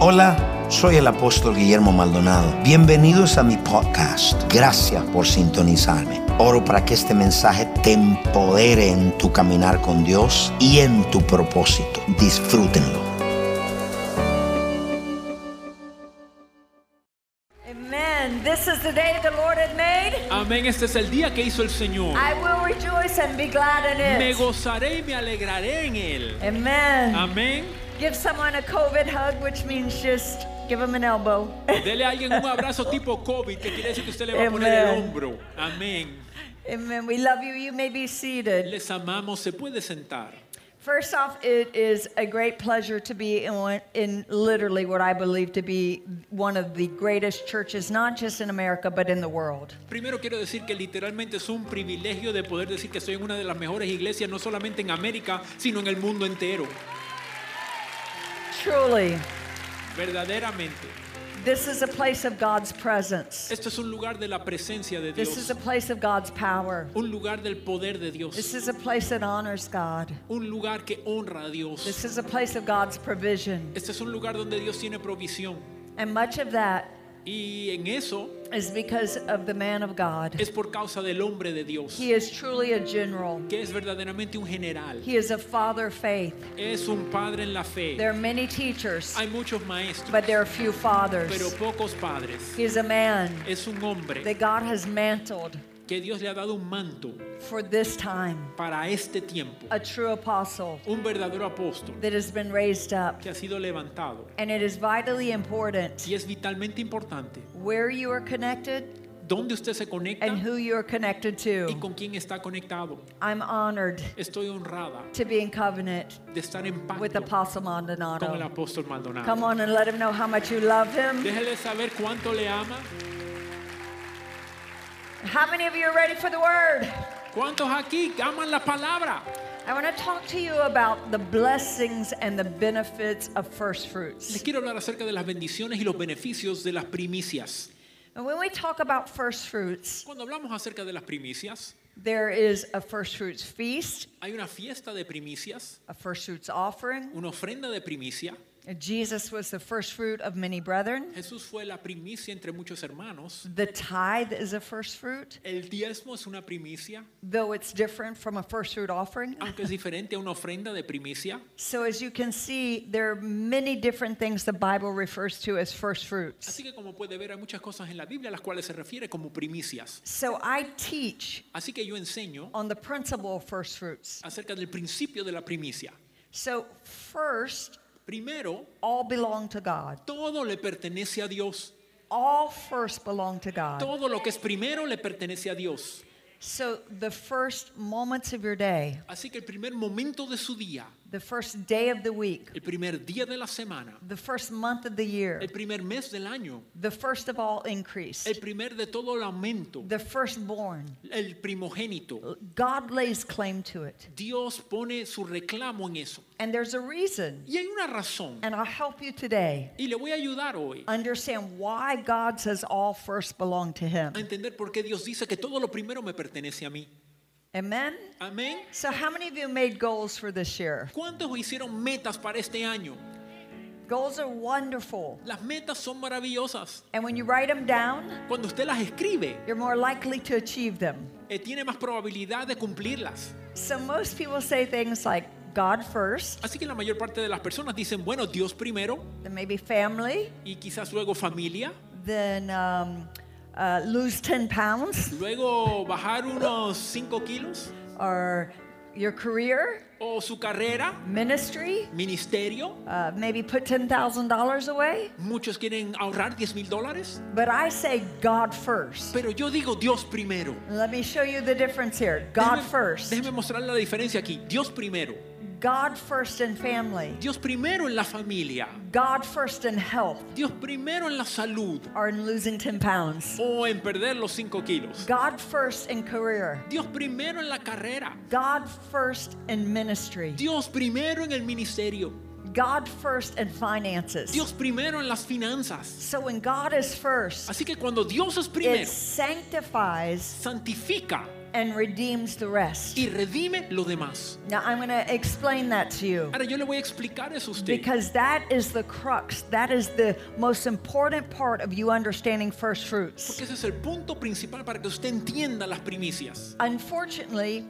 Hola, soy el apóstol Guillermo Maldonado. Bienvenidos a mi podcast. Gracias por sintonizarme. Oro para que este mensaje te empodere en tu caminar con Dios y en tu propósito. Disfrútenlo. Amen. This is the day the Lord had made. Amén, este es el día que hizo el Señor. I will rejoice and be glad in Me it. gozaré y me alegraré en él. Amen. Amén. Give someone a COVID hug, which means just give them an elbow. Dele a alguien un abrazo tipo COVID, que quiere decir que usted le va a poner el Amen. hombro. Amén. Amen. We love you. You may be seated. Les amamos, se puede sentar. First off, it is a great pleasure to be in, one, in literally what I believe to be one of the greatest churches, not just in America, but in the world. Primero quiero decir que literalmente es un privilegio de poder decir que estoy en una de las mejores iglesias, no solamente en América, sino en el mundo entero. Truly, Verdaderamente. this is a place of God's presence. Esto es un lugar de la presencia de This is Dios. a place of God's power. Un lugar del poder de This Dios. is a place that honors God. Un lugar que honra a Dios. This is a place of God's provision. Este es un lugar donde Dios tiene provisión. And much of that Y en eso is because of the man of God. es por causa del hombre de Dios, He is truly a general, que es verdaderamente un general, he is a father of faith. es un padre en la fe. There are many teachers, Hay muchos maestros, but there are few pero fathers. pocos padres. He is a man Es un hombre that God has mantled que Dios le ha dado un manto for this time, para este tiempo, a true apostle un verdadero apóstol that has been raised up. que ha sido levantado. And it is vitally important Y es vitalmente importante where you are connected dónde usted se conecta and who you are connected y to. con quién está conectado. I'm honored Estoy honrada to be in covenant de estar en with pacto Apostle con el Maldonado. apóstol Come Maldonado. on and let him know how much you love him. Déjele saber cuánto le ama. How many of you are ready for the word? ¿Cuántos aquí aman la palabra? I want to talk to you about the blessings and the benefits of first Les fruits. quiero hablar acerca de las bendiciones y los beneficios de las primicias. And when we talk about first fruits, Cuando hablamos acerca de las primicias, there is a first fruits feast, hay una fiesta de primicias, a first fruits offering. una ofrenda de primicia. And Jesus was the first fruit of many brethren. Jesús fue la primicia entre muchos hermanos. The tithe is a first fruit, El diezmo es una primicia, though it's different from a first fruit offering. aunque es diferente a una ofrenda de primicia. So, as you can see, there are many different things the Bible refers to as first fruits. Así que como puede ver, hay muchas cosas en la Biblia a las cuales se refiere como primicias. So I teach Así que yo enseño on the principle of first fruits. acerca del principio de la primicia. So first, Primero, all belong to God. todo le pertenece a Dios. All first belong to God. Todo lo que es primero le pertenece a Dios. So the first moments of your day, Así que el primer momento de su día, the first day of the week, el primer día de la semana, the first month of the year, el primer mes del año, the first of all increase, el primer de todo el aumento, the firstborn, el primogénito. God lays claim to it. Dios pone su reclamo en eso. And there's a reason. Y hay una razón. And I'll help you today Y le voy a ayudar hoy understand why God says all first belong to Him. a entender por qué Dios dice que todo lo primero me pertenece a mí. Amen? Amén. So, how many of you made goals for this year? ¿Cuántos hicieron metas para este año? Goals are wonderful. Las metas son maravillosas. And when you write them down, Cuando usted las escribe, you're more likely to achieve them. eh, tiene más probabilidad de cumplirlas. So, most people say things like God first, Así que la mayor parte de las personas dicen, bueno, Dios primero then maybe family, y quizás luego familia, then um, uh, lose 10 pounds, luego bajar unos 5 kilos or your career, o su carrera, ministry, ministerio. uh, maybe put $10,000 away. Muchos quieren ahorrar 10 mil dólares, But I say God first. pero yo digo Dios primero. Let me show you the difference here. God Déjeme- first. Déjeme mostrar la diferencia aquí. Dios primero. God first in family. Dios primero en la familia. God first in health Dios primero en la salud or in losing 10 pounds. o en perder los 5 kilos. God first in career. Dios primero en la carrera. God first in ministry. Dios primero en el ministerio. God first in finances. Dios primero en las finanzas. So when God is first, Así que cuando Dios es it primero, sanctifies santifica and redeems the rest. y redime lo demás. Now I'm going to E, explain that to you Ahora yo le voy a explicar eso a usted. because that is the crux. That is the most important part of you understanding first fruits. Porque ese es el punto principal para que usted entienda las primicias. Unfortunately,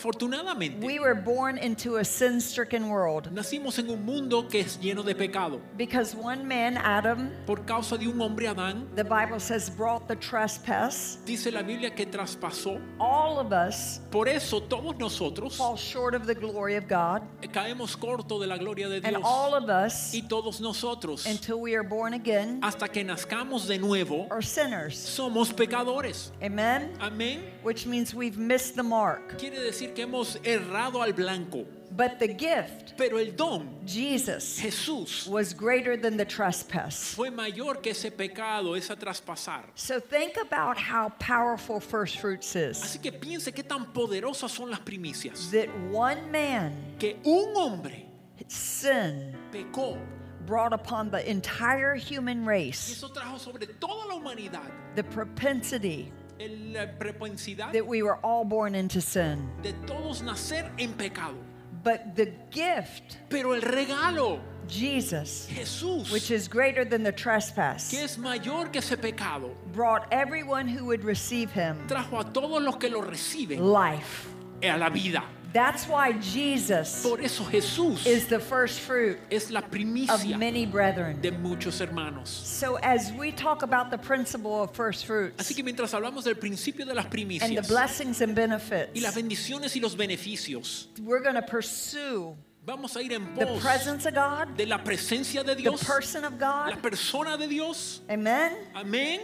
Desafortunadamente, we were born into a sin-stricken world nacimos en un mundo que es lleno de pecado. because one man, Adam, Por causa de un hombre Adán, the Bible says brought the trespass. dice la Biblia que traspasó. All of us Por eso todos nosotros fall short of the glory of God eh, caemos corto de la gloria de and Dios. all of us Y todos nosotros, until we are born again hasta que nazcamos de nuevo, are sinners. somos pecadores. Amen. Amén. Which means we've missed the mark. Quiere decir que hemos errado al blanco. But the gift, Pero el don, Jesus, Jesús, was greater than the trespass. fue mayor que ese pecado, esa traspasar. So think about how powerful first fruits is. Así que piense qué tan poderosas son las primicias. That one man Que un hombre sin pecó brought upon the entire human y race eso trajo sobre toda la humanidad the propensity el- la propensidad that we were all born into sin. de todos nacer en pecado. But the gift, Pero el regalo, Jesus, Jesús, which is greater than the que trespass, es mayor que ese pecado, brought everyone who would receive him trajo a todos los que lo reciben life. a la vida. That's why Jesus Por eso Jesús is the first fruit es la of primicia many brethren. de muchos hermanos. So as we talk about the principle of first fruits Así que mientras hablamos del principio de las and the primicias blessings and y las benefits, bendiciones y los beneficios, we're going to pursue vamos a ir en the pos presence of God, de la presencia de the Dios, person of la God, persona de Dios. amen, Amén.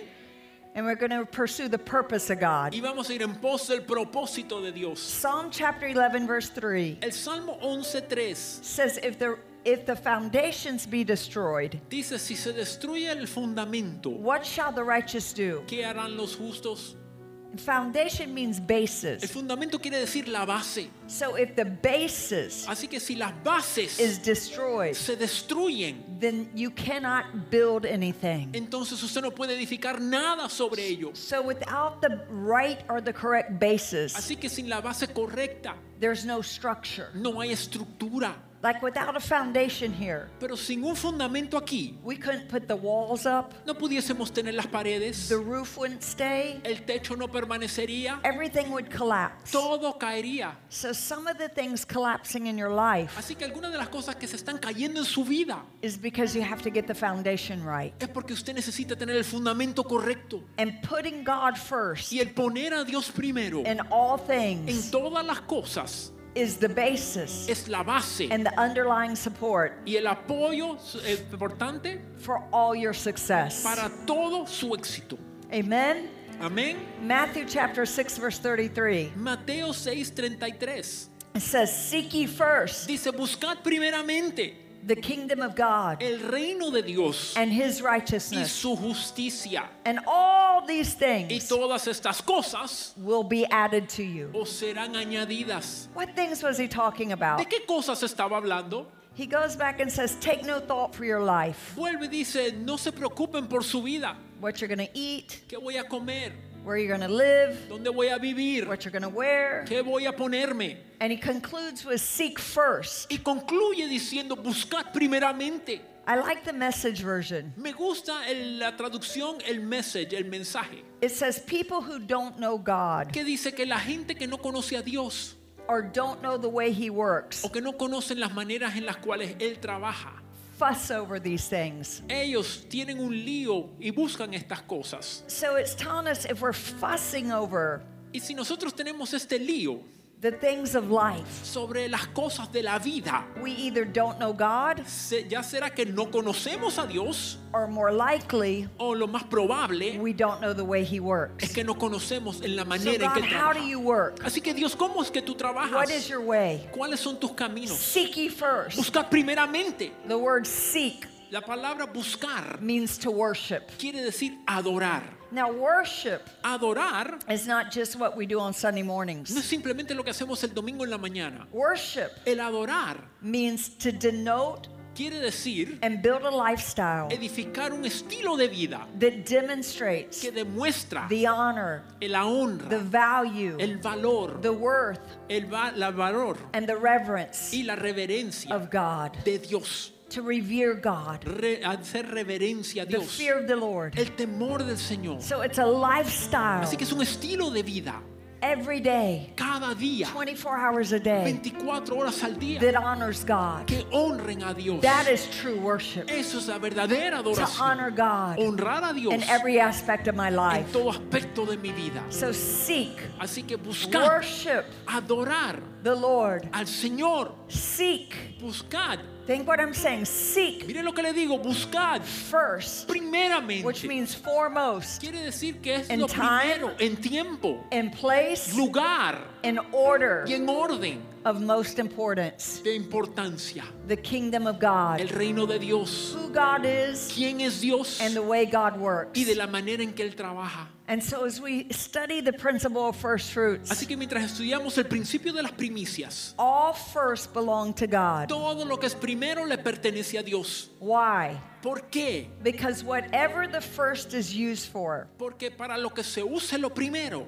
and we're going to pursue the purpose of God. Y vamos a ir en pos del propósito de Dios. Psalm chapter 11 verse 3 El Salmo 11.3 says if the if the foundations be destroyed, dice, si se destruye el fundamento, what shall the righteous do? ¿qué harán los justos? Foundation means El basis. fundamento quiere decir la base. So if the basis Así que si las bases is destroyed, se destruyen, then you cannot build anything. entonces usted no puede edificar nada sobre ello. So without the right or the correct basis, Así que sin la base correcta there's no structure. no hay estructura. Like without a foundation here, Pero sin un fundamento aquí we couldn't put the walls up, no pudiésemos tener las paredes, the roof wouldn't stay, el techo no permanecería, everything would collapse. todo caería. So some of the things collapsing in your life Así que algunas de las cosas que se están cayendo en su vida is because you have to get the foundation right. es porque usted necesita tener el fundamento correcto And putting God first y el poner a Dios primero in all en things todas las cosas is the basis es la base and the underlying support y el apoyo su- eh, importante for all your success. para todo su éxito. Amen. Amén. Matthew chapter 6 verse 33 Mateo 6:33 it says seek ye first dice, buscad primeramente the kingdom of God el reino de Dios and his y righteousness su justicia and all these y things todas estas cosas will be added to you. os serán añadidas. What things was he talking about? ¿De qué cosas estaba hablando? He goes back and says take no thought for your life, Vuelve y dice, no se preocupen por su vida. what you're going to eat, ¿Qué voy a comer? where you're going to live, ¿Dónde voy a vivir? what you're going to wear. ¿Qué voy a ponerme? And he concludes with seek first. Y concluye diciendo, buscad primeramente. I like the message version. Me gusta el- la traducción, el message, el mensaje, It says people who don't know God que dice que la gente que no conoce a Dios or don't know the way he works o que no conocen las maneras en las cuales Él trabaja, fuss over these things. ellos tienen un lío y buscan estas cosas. So it's telling us if we're fussing over Y si nosotros tenemos este lío the things of life, sobre las cosas de la vida, we either don't know God se- ya será que no conocemos a Dios or more likely, o lo más probable we don't know the way He es works. que no conocemos en la So, manera en God, que how do trabaja. you work? Así que Dios, ¿cómo es que What tú is trabajas? your way? ¿Cuáles son tus caminos? Seek ye first. Busca primeramente. The word seek La palabra buscar means to worship. quiere decir adorar. Now, worship Adorar is not just what we do on Sunday no es mornings, simplemente lo que hacemos el domingo en la mañana. worship El adorar means to denote Quiere decir and build a lifestyle edificar un estilo de vida that demonstrates que demuestra the honor, la the honra, value, el valor, the worth, el va- la valor and the reverence y la reverencia of God. de Dios. To revere God, Re- hacer reverencia a the Dios. fear of the Lord. El temor del Señor. So it's a lifestyle Así que es un estilo de vida every day, cada día, 24 hours a day, 24 horas al día, that honors God. que honren a Dios. That is true worship. Eso es la verdadera To honor adoración. God Honrar a Dios in every aspect of my en life. todo aspecto de mi vida. So seek, Así que buscar, worship adorar the Lord. al Señor. Seek. Buscad. Think what I'm saying. Seek Miren lo que le digo, buscad first, which primeramente. means foremost, Quiere decir que es In lo time. primero en tiempo, in place, lugar in order y en orden of most importance, de importancia. the kingdom of El God, reino de Dios. who God is, ¿Quién es Dios? and the way God works. y de la manera en que Él trabaja. And so, as we study the principle of first Así fruits, que mientras estudiamos el principio de las primicias, all first belong to God. todo lo que es primero le pertenece a Dios. Why? ¿Por qué? Because whatever the first is used for Porque para lo que se use lo primero,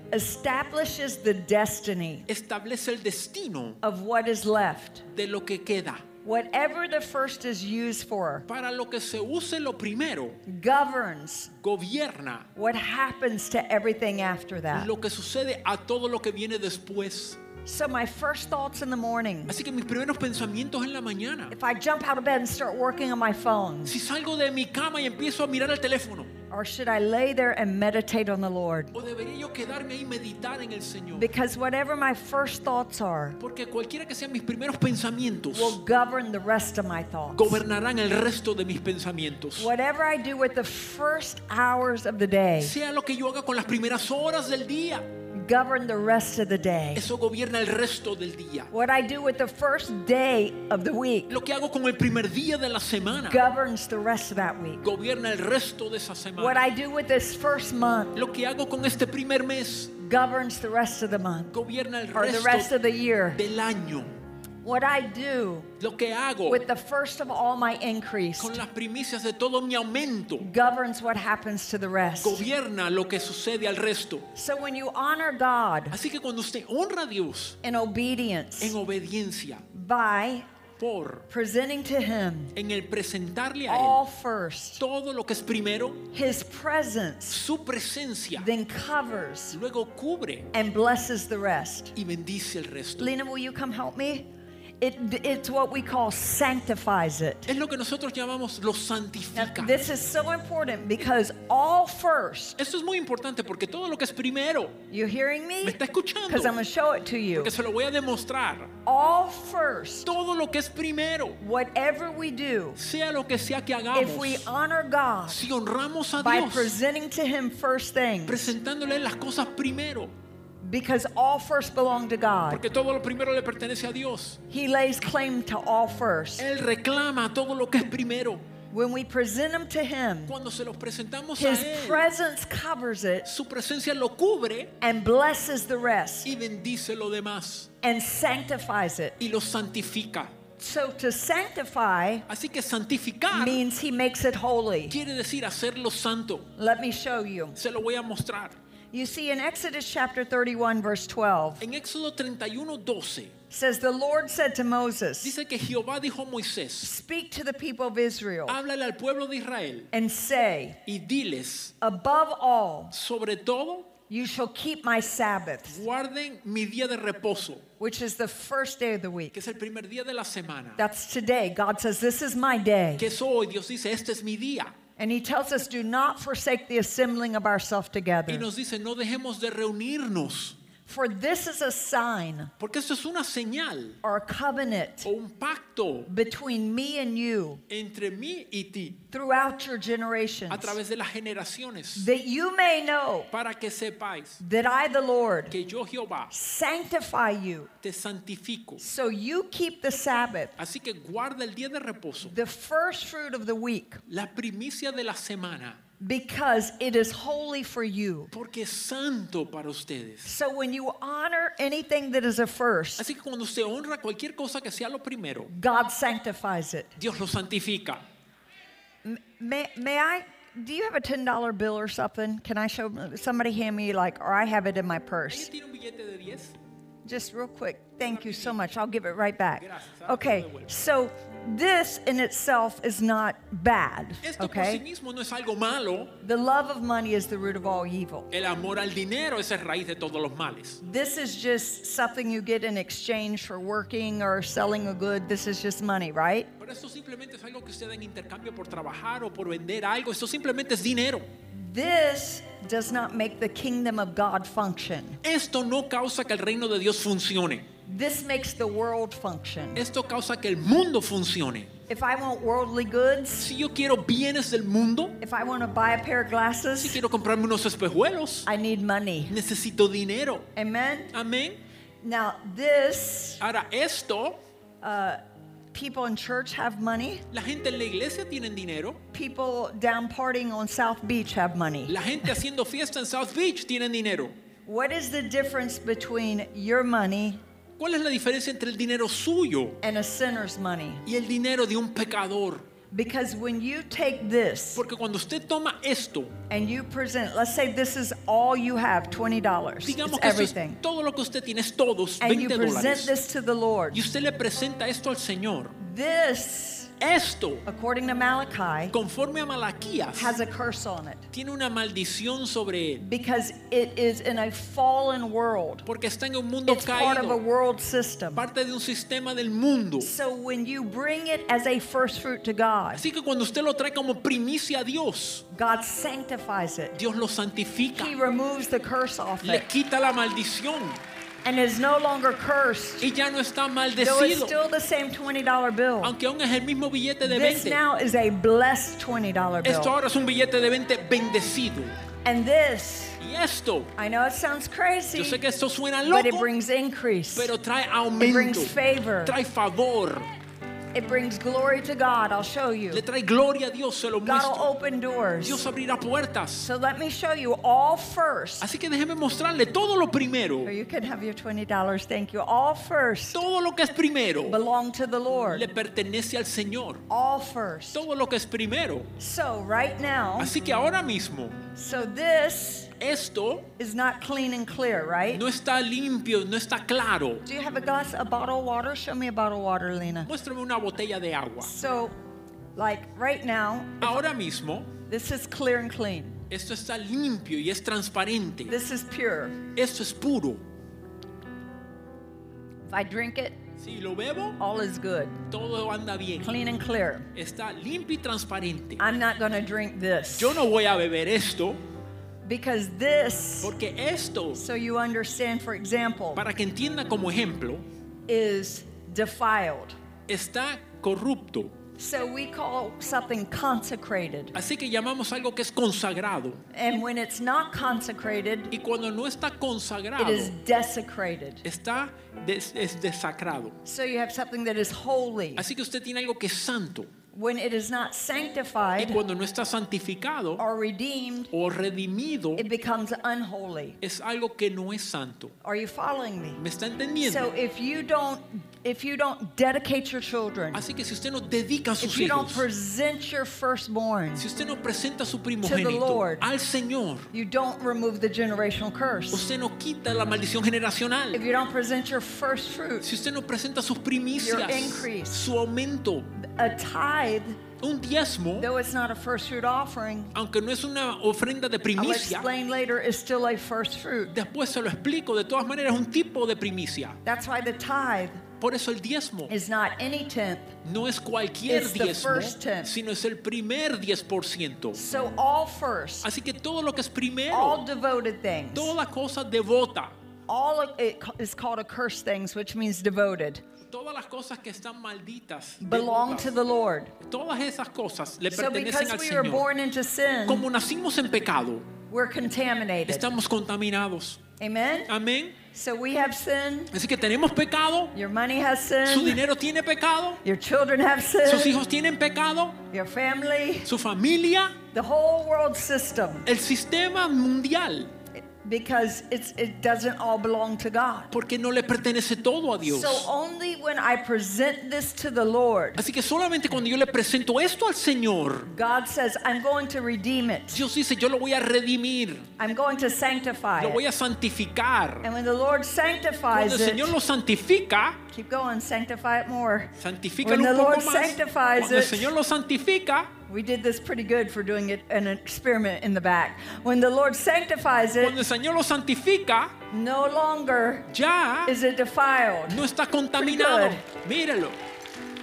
establishes the destiny establece el destino of what is left. de lo que queda. Whatever the first is used for Para lo que se use lo primero, governs gobierna what happens to everything after that. lo que sucede a todo lo que viene después. So, my first thoughts in the morning Así que mis primeros pensamientos en la mañana. if I jump out of bed and start working on my phone, Si salgo de mi cama y empiezo a mirar el teléfono, or should I lay there and meditate on the Lord? o debería yo quedarme ahí y meditar en el Señor. Because whatever my first thoughts are Porque cualquiera que sean mis primeros pensamientos, will govern the rest of my thoughts. gobernarán el resto de mis pensamientos. Whatever I do with the first hours of the day, Sea lo que yo haga con las primeras horas del día, govern the rest of the day. eso gobierna el resto del día. What I do with the first day of the week Lo que hago con el primer día de la semana, governs the rest of that week. gobierna el resto de esa What semana. I do with this first month Lo que hago con este primer mes, governs the rest of the month gobierna el or the rest resto of the year. del año. What I do Lo que hago with the first of all my con increase las primicias de todo mi aumento, governs what happens to the rest. gobierna lo que sucede al resto. So when you honor God Así que cuando usted honra a Dios in en obedience obediencia, by por presenting to Him en el presentarle a all Él first, todo lo que es primero, His presence su presencia, then covers luego cubre and blesses the rest. y bendice el resto. Lena, will you come help me? It, it's what we call sanctifies it. Es lo que nosotros llamamos lo Now, santifica. this is so important because all first, Esto es muy importante porque todo lo que es primero, you hearing me me? está escuchando, Because I'm going to show it to you. porque se lo voy a demostrar. All first, Todo lo que es primero, whatever we do, sea lo que sea que hagamos, if we honor God si honramos a by Dios, presenting to Him first things, presentándole las cosas primero, because all first belong to God, porque todo lo primero le pertenece a Dios. He lays claim to all first. Él reclama todo lo que es primero. When we present them to Him, Cuando se los presentamos a His Él, presence covers it Su presencia lo cubre and blesses the rest y bendice lo demás and sanctifies it. y lo santifica. So to sanctify Así que santificar means He makes it holy. quiere decir hacerlo santo. Let me show you. Se lo voy a mostrar. You see, in Exodus chapter 31, verse 12, En Éxodo 31, 12 says, The Lord said to Moses, dice que Jehová dijo a Moisés, Speak to the people of Israel háblale al pueblo de Israel and say, y diles, Above all, sobre todo, you shall keep my Sabbath, guarden mi día de reposo, which is the first day of the que week. es el primer día de la semana. That's today. God says, This is my day. Que es hoy, Dios dice, este es mi día. And He tells us, Do not forsake the assembling of ourselves Y together. nos dice, no dejemos de reunirnos, For this is a sign porque esto es una señal or a covenant o un pacto between me and you entre mí y ti throughout your generations, a través de las generaciones that you may know para que sepáis that I, the Lord, que yo Jehová sanctify you. te santifico So you keep the Sabbath, así que guarda el día de reposo the first fruit of the week, la primicia de la semana because it is holy for you. porque es santo para ustedes. So when you honor anything that is a first, Así que cuando usted honra cualquier cosa que sea lo primero, God sanctifies it. Dios lo santifica. M- May, may I? Do you have a ten dollar bill or something? Can I show somebody hand me like, or I have it in my ¿Ella purse? tiene un billete de 10? Just real quick. Thank you so much. I'll give it right back. Gracias. Ahora te lo Okay. devuelvo. So this in itself is not bad. Esto por sí Okay. mismo no es algo malo. The love of money is the root of all evil. El amor al dinero esa es raíz de todos los males. This is just something you get in exchange for working or selling a good. This is just money, right? Pero esto simplemente es algo que usted da en intercambio por trabajar o por vender algo. Esto simplemente es dinero. This does not make the kingdom of God function. Esto no causa que el reino de Dios funcione. This makes the world function. Esto causa que el mundo funcione. If I want worldly goods, Si yo quiero bienes del mundo, if I want to buy a pair of si glasses, quiero comprarme unos espejuelos, I need money. necesito dinero. Amen? Amén. Now, this, uh, Ahora esto, people in church have money. la gente en la iglesia tienen dinero, People down partying on South Beach have money. la gente haciendo fiesta en South Beach tienen dinero. What is the difference between your money ¿Cuál es la diferencia entre el dinero suyo and a sinner's money? y el dinero de un pecador? Because when you take this Porque cuando usted toma esto, and you present, let's say this is all you have, $20, digamos it's que esto es everything. todo lo que usted tiene, es todos, and you 20 present dólares. this to the Lord. Y usted le presenta esto al Señor. This, Esto, according to Malachi, conforme a Malaquías, has a curse on it tiene una maldición sobre él. because it is in a fallen world. Porque está en un mundo It's part of a caído, world system. parte de un sistema del mundo. So when you bring it as a first fruit to God, Así que cuando usted lo trae como primicia a Dios, God sanctifies it. Dios lo santifica, He removes the curse off le it quita la maldición and is no longer cursed. y ya no está Though it's maldecido. still the same $20 bill. Aunque aún es el mismo billete de This 20, now is a blessed $20 esto bill. ahora es un billete de 20 bendecido. And this, Y esto, I know it sounds yo sé crazy, que esto suena but it loco, brings increase. pero trae It aumento, brings favor. trae favor, It brings glory to God. I'll show le you. trae gloria a Dios, se lo God will muestro. open doors. Dios abrirá puertas. So let me show you all first. Así que déjeme mostrarle todo lo primero, Or you can have your $20. Thank you. All first todo lo que es primero belong to the le Lord. pertenece al Señor. All first. Todo lo que es primero. So right now, Así que ahora mismo, so this esto is not clean and clear, right? no está limpio, no está claro. Do you have a glass, a bottle of water? Show me a bottle of water, Lena. Muéstrame una botella de agua. So, like right now, Ahora mismo, this is clear and clean. esto está limpio y es transparente. This is pure. Esto es puro. If I drink it, Si lo bebo, all is good. todo anda bien. Clean and clear. Está limpio y transparente. I'm not going to drink this Yo no voy a beber esto because this, porque esto, so you understand, for example, para que entienda como ejemplo, is defiled. está corrupto. So we call something consecrated. Así que llamamos algo que es consagrado. And when it's not consecrated, Y cuando no está it consagrado, is desecrated. está des- es desacrado. So you have something that is holy. Así que usted tiene algo que es santo. When it is not Y sanctified cuando no está santificado or redeemed, o redimido, it becomes unholy. es algo que no es santo. Are you following me? ¿Me está entendiendo? So if you don't if you don't dedicate your children, Así que si usted no dedica a if sus you don't hijos, present your firstborn, si usted no presenta a su Lord. primogénito al Señor, you don't remove the generational curse. usted no quita la maldición If generacional. you don't present your first fruit, Si usted no presenta sus primicias, Your increase. su aumento, a tithe, un diezmo, though it's not a first fruit offering, aunque no es una ofrenda de I'll primicia, explain later, is still a first fruit. después se lo explico, de todas maneras es un tipo de primicia. That's why the tithe Por eso el diezmo is not any tenth. no es cualquier It's the diezmo, first ten. sino es el primer 10%. So all first, Así que todo lo que es primero, all devoted things, toda cosa devota, all of it ca- is called accursed things, which means devoted, todas las cosas que están malditas, belong devotas, to the Lord. todas esas cosas le So pertenecen because al we were Señor. born into sin, Como nacimos en pecado, we're contaminated. estamos contaminados. Amen? Amén. So we have sin. Así que tenemos pecado, Your money has su sin. dinero tiene pecado, Your children have sus sin. hijos tienen pecado, Your family. su familia, The whole world system. el sistema mundial, Because it's, it doesn't all belong to God. porque no le pertenece todo a Dios. So only when I present this to the Lord, Así que solamente cuando yo le presento esto al Señor, God says, I'm going to redeem it. Dios dice, yo lo voy a redimir, I'm going to sanctify lo voy it. a santificar. And when the Lord Cuando sanctifies el Señor it, lo santifica, keep going, sanctify it more. santifícalo When un the poco Lord más. sanctifies Cuando el it. Señor lo santifica, We did this pretty good for doing it an experiment in the back. When the Lord sanctifies cuando it, el Señor lo santifica, no longer ya is it defiled. no está contaminado. Pretty Míralo,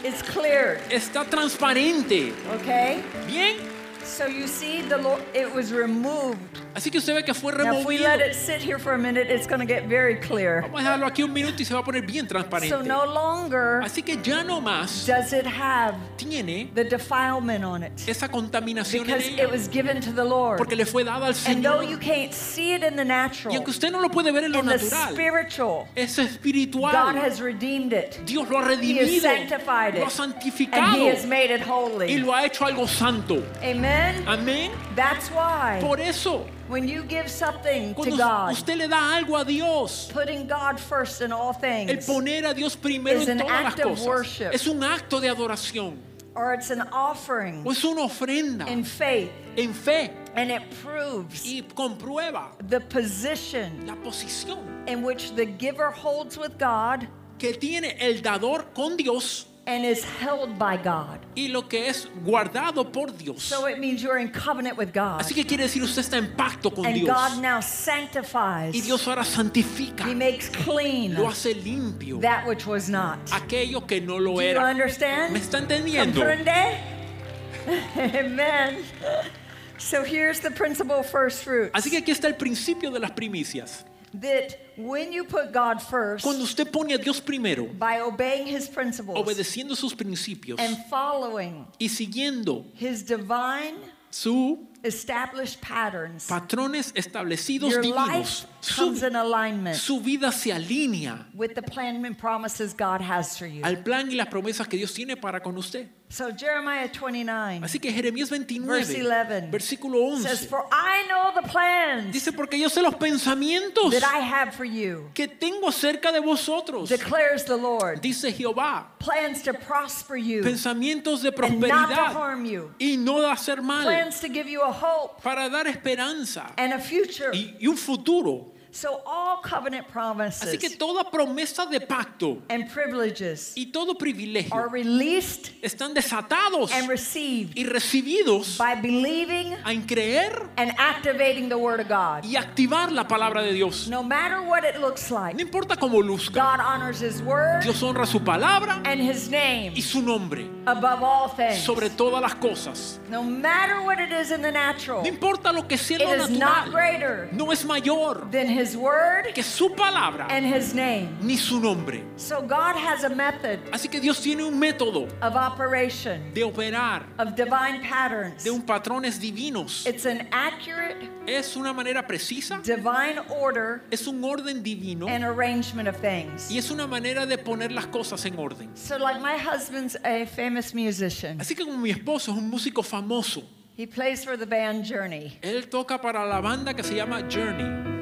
It's cleared. está transparente. Okay? Bien, So you see the Lord it was removed. así que usted ve que fue Now if we removido. let it sit here for a minute, it's gonna get very clear. Vamos a dejarlo aquí un minuto y se va a poner bien transparente. So no longer Así que ya no más does it have tiene the defilement on it. esa contaminación en Because ella, it was given to the Lord. porque le fue dada al And though Señor. you can't see it in the Y natural, aunque usted no lo puede ver en lo in the natural, spiritual, es God espiritual. has redeemed it. Dios lo ha He has redimido, sanctified lo ha it. And santificado he has made it y holy. lo ha hecho algo santo. Amen. Amén. That's why Por eso, when you give something to cuando God, usted le da algo a Dios, putting God first in all el things, poner a Dios primero Is en an todas las act of cosas, worship. es un acto de adoración or it's an offering o es una ofrenda in faith, en fe and it proves y comprueba the position la posición in which the giver holds with God que tiene el dador con Dios and is held by God. y lo que es guardado por Dios. So it means you're in covenant with God. Así que quiere decir usted está en pacto con And Dios God now y sanctifies, Dios ahora santifica, He makes clean lo hace limpio that which was not. aquello que no lo Do you era. understand? ¿Me está entendiendo? Comprende? Amen. So here's the principle of first fruits. Así que aquí está el principio de las primicias. that when you put God first Cuando usted pone a Dios primero, by obeying his principles obedeciendo sus principios and following y siguiendo his divine sus established patterns, patrones establecidos your life divinos, comes su, in alignment su vida se alinea with the plan and promises God has for you. al plan y las promesas que Dios tiene para con usted. So Jeremiah 29 Así que Jeremías Verse 11. 29, versículo says, 11, For I know the plans dice, porque yo sé los pensamientos that I have for you, que tengo acerca de vosotros, declares the Lord. dice Jehová, Plans to prosper you pensamientos de and not to prosperidad harm you. y no de hacer mal, Plans to give you a hope para dar esperanza and a future. y, y un futuro. So all covenant Así que promises toda promesa de pacto and privileges y todo are privilegio released están desatados and received y recibidos by believing en creer and activating the Word of God. y activar la palabra de Dios. No matter what it looks like, No importa cómo luzca, God honors His Word Dios honra su palabra and His name y su nombre above all things. sobre todas las cosas. No matter what it is in the natural, No it importa lo que sea lo is not natural, greater no es mayor than His Word que su palabra and His name. ni su nombre. So God has a method Así que Dios tiene un método of operation, de operar of divine patterns. de un patrones divinos. It's an accurate Es una manera precisa, divine order es un orden divino and arrangement of y things. es una manera de poner las cosas en orden. So, like my husband's a famous musician. Así que como mi esposo es un músico famoso, He plays for the band Journey. él toca para la banda que se llama Journey.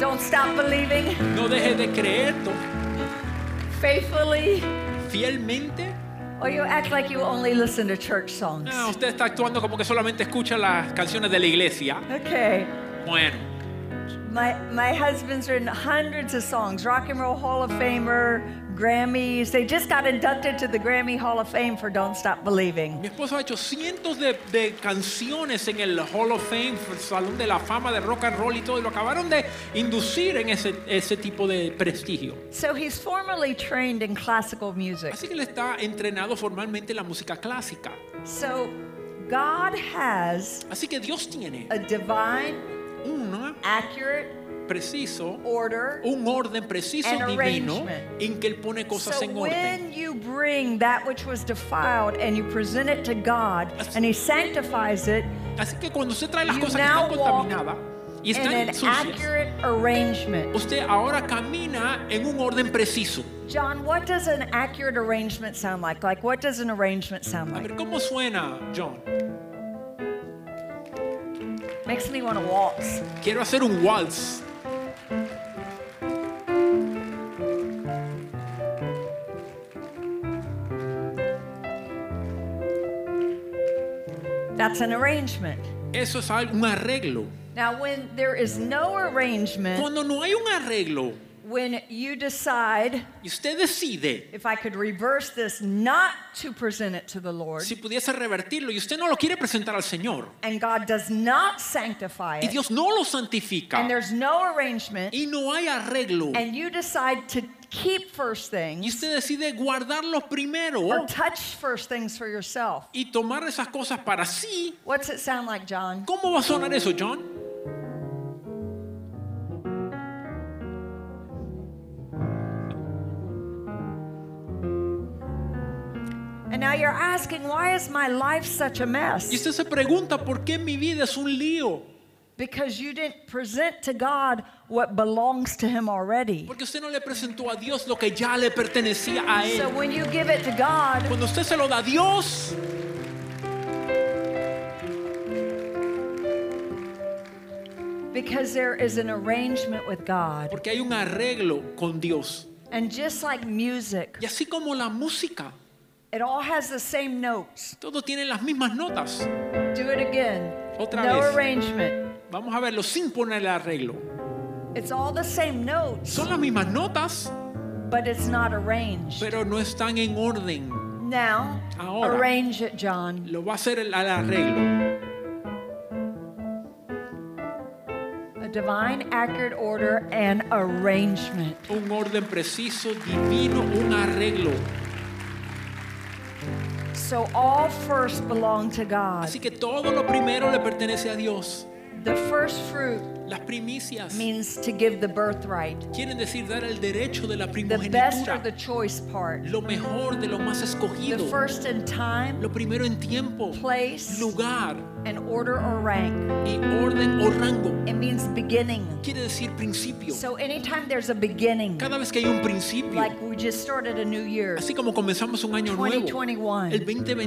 Don't stop believing. No deje de creer to- Faithfully. fielmente. Or you act like you only listen to church songs. Ah, usted está actuando como que solamente escucha las canciones de la iglesia. Okay. Bueno, My, my husband's written hundreds of songs. Rock and Roll Hall of Famer, Grammys. They just got inducted to the Grammy Hall of Fame for Don't Stop Believing. mi esposo ha hecho cientos de, de canciones en el Hall of Fame, el Salón de la Fama de Rock and Roll y todo, y lo acabaron de inducir en ese, ese tipo de prestigio. So he's formerly trained in classical music. Así que él está entrenado formalmente en la música clásica. So God has Así que Dios tiene a divine, un accurate preciso, order. un orden preciso An divino arrangement. en que él pone cosas So en orden. when you bring that which was defiled and you present it to God Así- and He sanctifies it, Así que cuando usted trae las you cosas que now están walk contaminadas, y in están an sucias. accurate arrangement. Usted ahora camina en un orden preciso. John, what does an accurate arrangement sound like? Like, what does an arrangement sound A like? ver, ¿cómo suena, John? Makes me want to waltz. Quiero hacer un waltz. That's an arrangement. Eso es al- un arreglo. Now, when there is no arrangement, Cuando no hay un arreglo when you decide, y usted decide if I could reverse this, not to present it to the Lord, si pudiese revertirlo y usted no lo quiere presentar al Señor and God does not sanctify y it, Dios no lo and santifica there's no arrangement, y no hay arreglo and you decide to keep first y things usted decide guardarlo primero or touch first things for yourself, y tomar esas cosas para sí, what's it sound like, John? ¿cómo va a sonar eso, John? And now you're asking, why is my life such a Y mess? usted se pregunta por qué mi vida es un lío. Because you didn't present to God what belongs to Him already. Porque usted no le presentó a Dios lo que ya le pertenecía a So Él. when you give it to God, Cuando usted se lo da a Dios, because there is an arrangement with God, porque hay un arreglo con Dios. and just like music, Y así como la música, it all has the same notes. todo tiene las mismas notas. Do it again. Otra No vez. arrangement. Vamos a verlo sin poner el arreglo. It's all the same notes, Son las mismas notas, but it's not arranged. pero no están en orden. Now, Ahora. arrange it, John. Lo va a hacer el, el arreglo. A divine, accurate order and arrangement. Un orden preciso, divino, un arreglo. So all first belong to God. Así que todo lo primero le pertenece a Dios. The first fruit Las primicias means to give the birthright, quieren decir dar el derecho de la the best or the primogenitura. choice part, Lo mejor de lo más the escogido. first in time, Lo primero en tiempo, place, lugar and order or rank. y orden o rango. It means beginning. Quiere decir principio. So anytime there's a beginning, Cada vez que hay un principio, like we just started a new year, así como comenzamos un año nuevo, 2021, el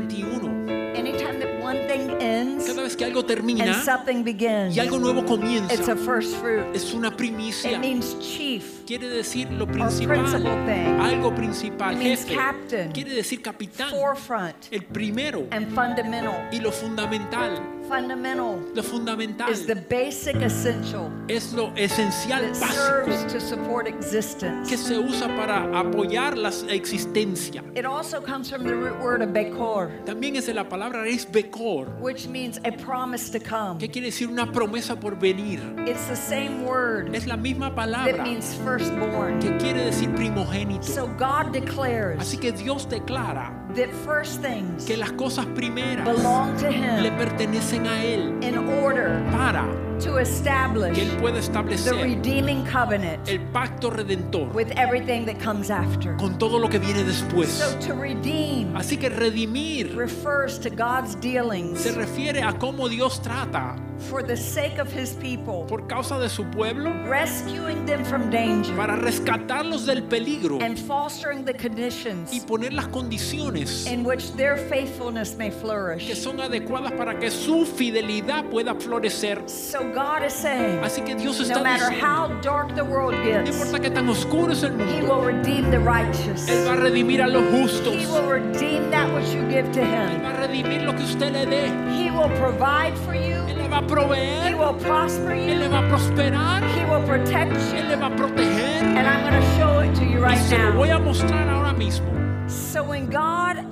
2021, anytime that one thing ends cada vez que algo and termina something begins, y algo nuevo it's a comienza, first fruit. es una It primicia. means chief. Quiere decir lo principal principal, thing. algo principal, It means jefe. captain, Quiere decir capitán, forefront el primero and fundamental. y lo fundamental. Fundamental Lo fundamental is the basic essential es lo esencial that serves básico to support existence. que se usa para apoyar la existencia. It also comes from the root word of bekor, También es de la palabra es becor, which means a promise to come. que quiere decir una promesa por venir. It's the same word Es la misma that palabra means firstborn. que quiere decir primogénito. So God Así declares que Dios declara that first things que las cosas primeras belong to le Him pertenecen a Él in order para to establish que Él pueda the establecer redeeming covenant el pacto redentor with everything that comes after. con todo lo que viene So después. to redeem Así que redimir refers to God's se dealings refiere a cómo Dios trata for the sake of His people, por causa de su pueblo rescuing them from danger para rescatarlos del peligro and fostering the y conditions poner las condiciones in which their faithfulness may que flourish. son adecuadas para que su fidelidad pueda florecer. So God is saying, Así que Dios no está matter diciendo how dark the world No gets, importa que tan oscuro es el He mundo, will redeem the righteous. Él va a redimir a los justos. He will Él redeem that which you give to Him. va a redimir lo que usted le dé. He will provide for Él you. le va a He proveer. will prosper Él le you. va a prosperar. He will protect Él you. le va a proteger. And I'm going to show it to you Y right se lo voy now. a mostrar ahora mismo. So when God,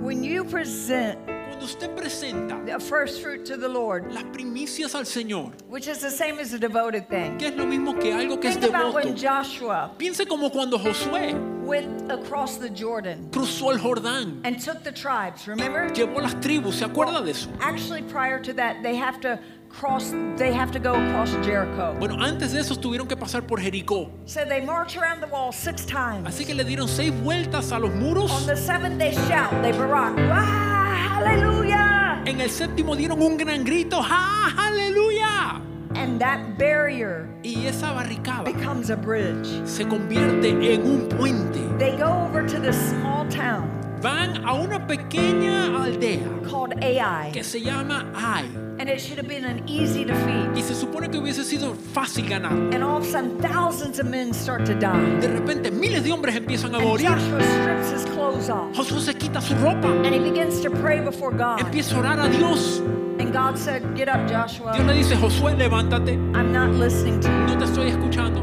when you present Cuando usted presenta a first fruit to the Lord, las primicias al Señor, which is the same as a devoted thing, que es lo mismo que algo que es think about when devoto. Joshua Piense como cuando Josué went across the Jordan cruzó el Jordán, and took the tribes. Remember? llevó las tribus. ¿Se acuerda de eso? Actually, prior to that, they have to cross. They have to go across Jericho. Bueno, antes de eso tuvieron que pasar por Jericó. So they march around the wall six times. Así que le dieron seis vueltas a los On muros. the seventh, they shout. They barack. Ah, hallelujah! En el séptimo dieron un gran grito, ¡Ja, aleluya! And and that barrier Y esa barricada becomes a bridge. se convierte en un puente. They go over to this small town Van a una pequeña aldea called AI, que se llama Ai. and it should have been an E easy defeat. Y se supone que hubiese sido fácil ganar. And all of a sudden, thousands of men start to die. De repente miles de hombres empiezan a And morir. Joshua strips his clothes off, Josué se quita su ropa. and he begins to pray before God. Empieza a orar a Dios. And God said, "Get up, Dios le Joshua. dice, Josué, levántate. I'm not listening to you." No te estoy escuchando.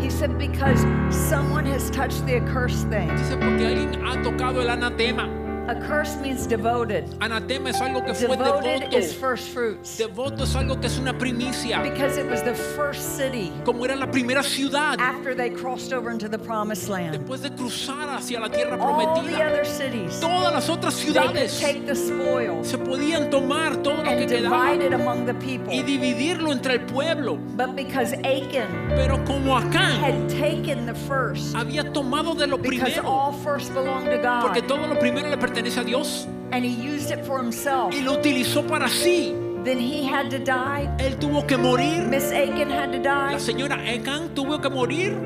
He said, "Because someone has touched the accursed thing. Dice, porque alguien ha tocado el anatema. Accursed means devoted. Anatema es algo que fue Devoted is devoto. first fruits." Devoto es algo que es una primicia. Because it was the first city Como era la primera ciudad after they crossed over into the promised land. después de cruzar hacia la tierra All the prometida. other cities, Todas las otras they could ciudades take the spoil se podían tomar todo lo que and quedaba divide it among the y people. dividirlo entre el pueblo. But because Achan Pero como Acán had taken the first, había tomado de lo because primero, all first belonged to porque God, todo lo primero le pertenece a Dios, and he used it for himself, y lo utilizó para sí. then he had to die. Él tuvo que morir. Miss Achan had to La die. señora Acán tuvo que morir.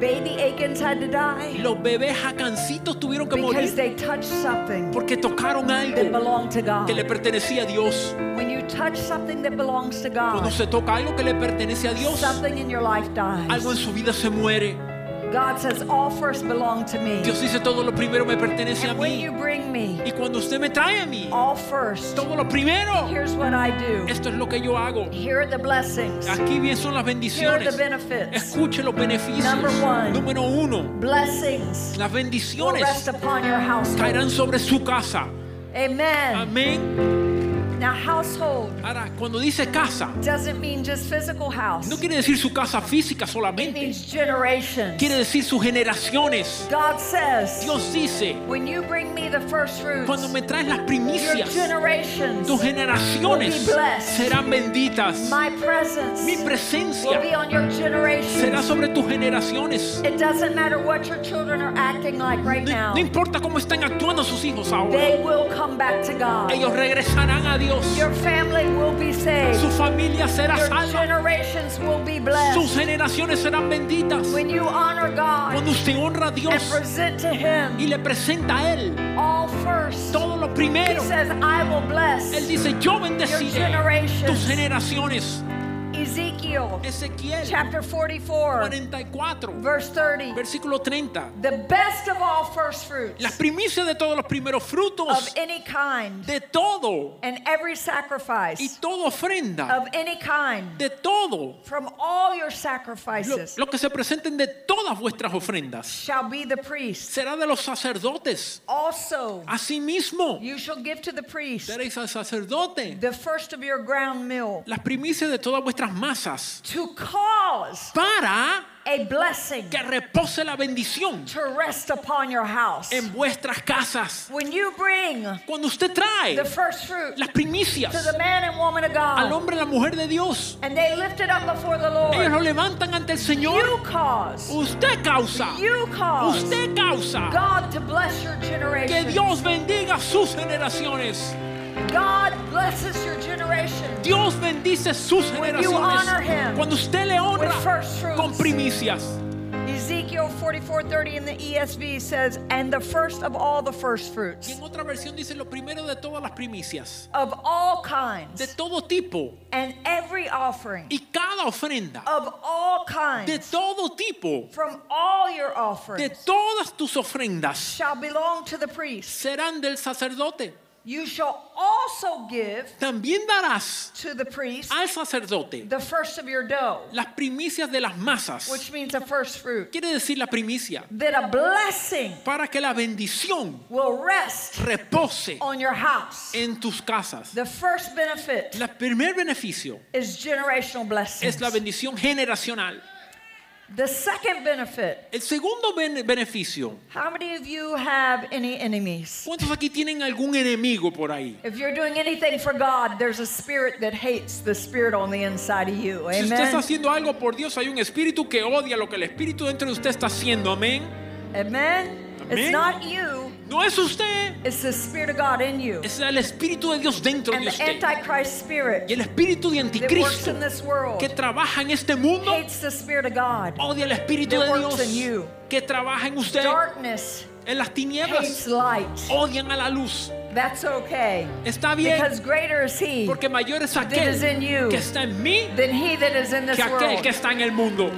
Baby Achans had to die Los bebés acancitos tuvieron que because morir they touched something porque tocaron that algo belonged to que le God. pertenecía a Dios. When you touch something that belongs to Cuando God, se toca algo que le pertenece a Dios, Something in your life algo en dies. su vida se muere. God says, All first belong to me. Dios dice, todo lo primero me pertenece a And when you mí. bring me Y cuando usted me trae a mí, all first, todo lo primero, here's what I do. esto es lo que yo hago. Here are the blessings. Aquí bien son las Here are the bendiciones. benefits. Escuche los beneficios. Number one. Número uno, Blessings las will rest bendiciones upon your household. caerán sobre su casa. Amen. Amén. Now, household Ahora, cuando dice casa, doesn't mean just physical house, no quiere decir su casa física it solamente. means generations. Quiere decir sus generaciones. God says, Dios dice, When you bring me the first cuando fruits, me traes las your primicias, generations, tus generaciones Will be blessed. serán benditas. my presence Mi will be presencia on your generations. será sobre tus generaciones. It doesn't matter what your children are acting like right No, now. no importa cómo están actuando sus hijos ahora. They will come back to God. Ellos regresarán a Dios. Your family will be Su saved. familia será Your salva. generations will be Sus blessed. generaciones serán benditas. When you honor Cuando God usted honra a and Dios present to y Him le presenta a Él all first, todo lo He primero, says, I will Él bless dice, yo your bendeciré tus generations. generaciones. Ezekiel Ezequiel chapter 44, 44, verse 30. versículo 30. The best of all first Las fruits primicias de todos los primeros of frutos, any kind de todo and every y sacrifice toda ofrenda, of any kind. de todo from all your lo, sacrifices lo que se presenten de todas vuestras ofrendas, shall be the priest. será de los sacerdotes. Also, Asimismo, you shall give to the priest seréis al sacerdote the first of your ground meal las primicias de todas vuestras masas to cause para a blessing que repose la bendición to rest upon your house. en vuestras casas. When you bring Cuando usted trae the first fruit las to primicias the man and woman of al God hombre y la mujer de Dios, and they lift it up before the ellos Lord, lo levantan ante el you Señor. cause, Usted causa, you cause usted causa God to bless your que generation. Dios bendiga sus generaciones. God blesses your generation Dios bendice sus honor generaciones him cuando usted le with honra first con fruits. primicias. Ezekiel 44:30 in the E ESV says, "And the first of all the first Y fruits en otra versión dice lo primero de todas las primicias, of all de kinds todo tipo and every offering y cada ofrenda, of all de kinds todo tipo, from all your de offerings todas tus ofrendas shall belong to the priest. serán del sacerdote. You shall also give También darás to the priest al sacerdote the first of your dough, las primicias de las masas. which means a first fruit, Quiere decir la primicia. that a blessing Para que la bendición will rest repose on your house." en tus casas. The first benefit El primer beneficio is generational blessings. es la bendición generacional. The second benefit El segundo ben- beneficio, How many of you have any enemies? ¿cuántos aquí tienen algún enemigo por ahí? If you're doing anything for God, there's a spirit that hates the spirit on the inside of you. Si usted está Amen. haciendo algo por Dios, hay un espíritu que odia lo que el espíritu dentro de usted está haciendo. Amén. Amen. Amén. It's not you, No es usted, It's the Spirit of God in you. es el Espíritu de Dios dentro And de the usted. Antichrist Y spirit el Espíritu de that works Anticristo in this world que trabaja en este mundo hates the Spirit of God. odia el Espíritu that de works Dios in you. que trabaja en usted, Darkness en las hates tinieblas. light. Odian a la luz. That's okay. Está bien, Because greater is He porque mayor es that is aquel in you que está en mí than He that is in this que aquel world. que está en el mundo.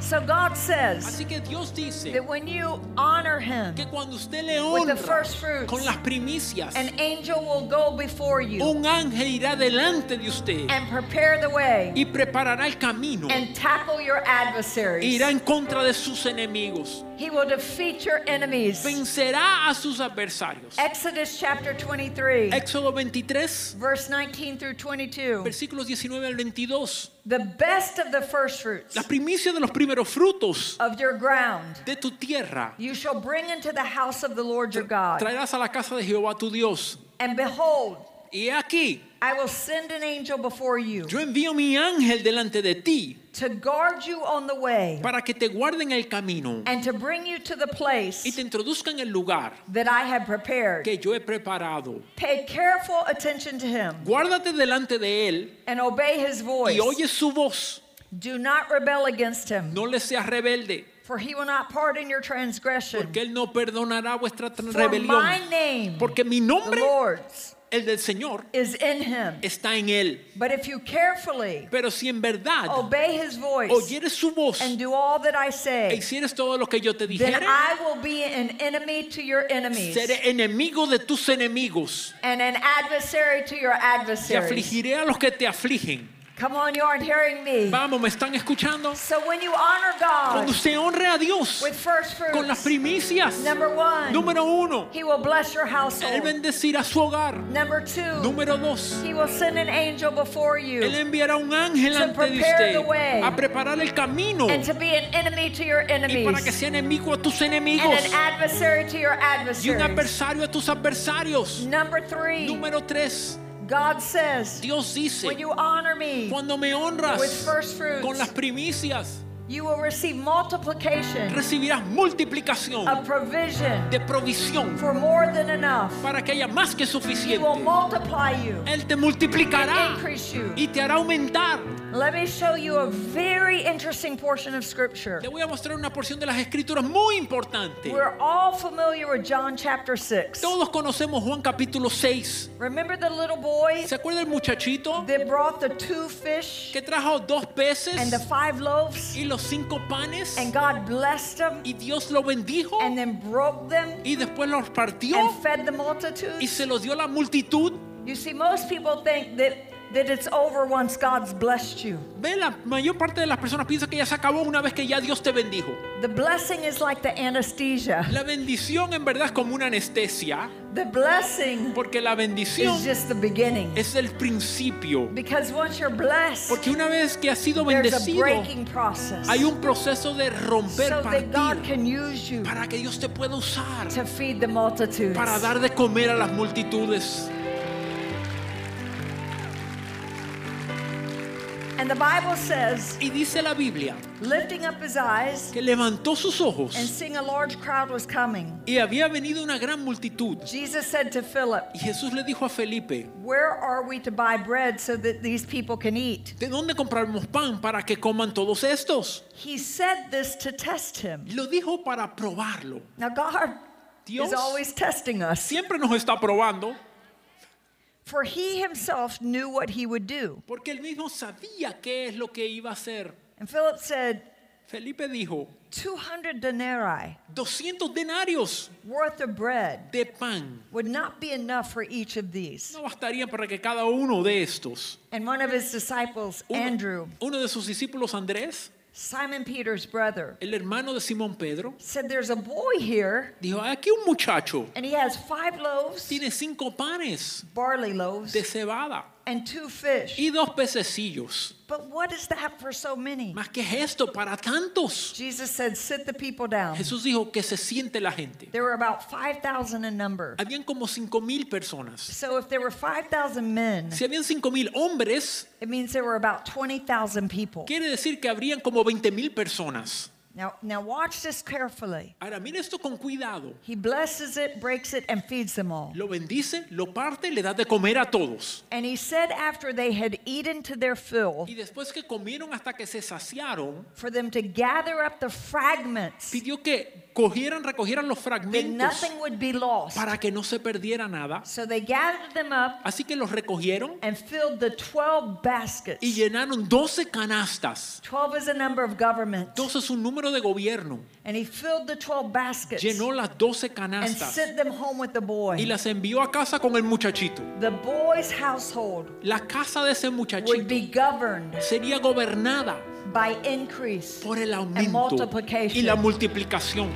So God says Así que Dios dice that when you honor Him, que cuando usted le With the honra first fruits. con las primicias, an angel will go before you un ángel irá delante de usted and prepare the way y preparará el camino. and tackle your adversaries. Irá en contra de sus enemigos. He will defeat your enemies. Vencerá a sus adversarios. Exodus chapter 23, Éxodo 23, verse 19 through 22. versículos 19 al 22. The best of the first fruits La primicia de los primeros frutos of your ground de tu tierra you shall bring into the house of the Lord your God. traerás a la casa de Jehová tu Dios. And behold, Y he aquí, I will send an angel before you yo envío mi ángel delante de ti to guard you on the way para que te guarden el camino and to bring you to the y te place introduzcan el lugar that I have prepared. que yo he preparado. Pay careful attention to him Guárdate delante de él and obey his voice. y oye su voz. Do not rebel against him, No le seas rebelde, for he will not pardon your transgression. porque él no perdonará vuestra For tran- my rebelión. name, Porque mi the nombre, Lord's, el del Señor, is in him. está en él. But if you carefully Pero si en verdad obey his voice oyeres su voz and do all that I e say, hicieres todo lo que yo te then dijere, I will be an enemy to your enemies Seré enemigo de tus enemigos. and an adversary to your Te adversaries. afligiré a los que te afligen. Come on, you aren't hearing me. Vamos, ¿me están escuchando? So when you honor Cuando God usted honre a Dios with first con las fruits, primicias, number one, número uno, He will bless your Él household. bendecirá su hogar. Number two, Número dos, He will send an angel before Él you enviará un ángel To ante de prepare usted the way. a preparar el camino and to be an enemy to your y para que enemies sea enemigo a tus and enemigos an adversary to your y un adversaries. adversario a tus adversarios. Number three, Número tres, God says, Dios when dice, you honor me cuando me with honras first con las fruits, primicias, you will receive multiplication recibirás multiplicación. of provision de provisión for more than enough. para que haya más que He suficiente. will multiply you Él te and multiplicará increase you. y te hará aumentar. Let me show you a very interesting portion of Scripture. Te voy a mostrar una porción de las escrituras muy importante. We're all familiar with John chapter 6. Todos conocemos Juan capítulo 6. Remember the little boy ¿Se acuerda el muchachito that brought the two fish que trajo dos and the peces five loaves? y los cinco panes? And God blessed them Y Dios lo bendijo and then broke them y después los partió and fed the y se multitudes. los dio a la multitud. You see, most people think that, that it's over once God's blessed you. Ve, la mayor parte de las personas piensa que ya se acabó una vez que ya Dios te bendijo. The blessing is like the anesthesia. La bendición en verdad es como una anestesia, The blessing porque la bendición is just the beginning. es el principio. Because once you're blessed, Porque una vez que has sido there's a bendecido, breaking process. hay un proceso de so romper, that God partir, can use you para que Dios te pueda usar, to feed the multitudes. para dar de comer a las multitudes. And the Bible says, Y dice la Biblia lifting up his eyes que levantó sus and ojos seeing a large crowd was coming, y había venido una gran multitud. Jesus said to Philip, Y Jesús le dijo a Felipe, Where are we to buy bread so that these people can eat? ¿de dónde compraremos pan para que coman todos estos? He said this to test him. Lo dijo para probarlo. Now, God Dios is always testing us, siempre nos está probando for he himself knew what he would do. porque él mismo sabía qué es lo que iba a hacer. And Philip said, Felipe dijo, 200 denarii 200 denarios worth of bread de pan would not be enough for each of these. no bastarían para que cada uno de estos, And one of his disciples, uno, Andrew, uno de sus discípulos Andrés, Simon Peter's brother, el hermano de Simón Pedro, said, There's a boy here, dijo, "Hay aquí un muchacho and he has five loaves, tiene cinco panes barley loaves, de cebada and two fish. y dos pececillos. But what is that for so many? ¿Más que es esto para tantos? Jesus said, Sit the people down. Jesús dijo que se siente la gente. There were about 5,000 in number. Habían como cinco mil personas. So if there were 5,000 men, Si habían cinco mil hombres, it means there were about 20,000 people. quiere decir que habrían como 20 mil personas. Now, now watch this carefully. Ahora, mire esto con cuidado. He blesses it, breaks it, and feeds them all. Lo bendice, lo parte, le da de comer a todos. And he said, after they had eaten to their fill, Y después que comieron hasta que se saciaron, for them to gather up the fragments, pidió que cogieran, recogieran los that fragmentos nothing would be lost. para que no se perdiera nada. So they gathered them up Así que los recogieron and filled the 12 baskets. y llenaron 12 canastas. 12 is a number of government. 12 es un número de gobierno. And he filled the 12 baskets Llenó las 12 and canastas sent them home with the y boy. las envió a casa con el muchachito. The boy's household La casa de ese would muchachito be governed sería gobernada by increase por el and aumento y multiplication. la multiplicación.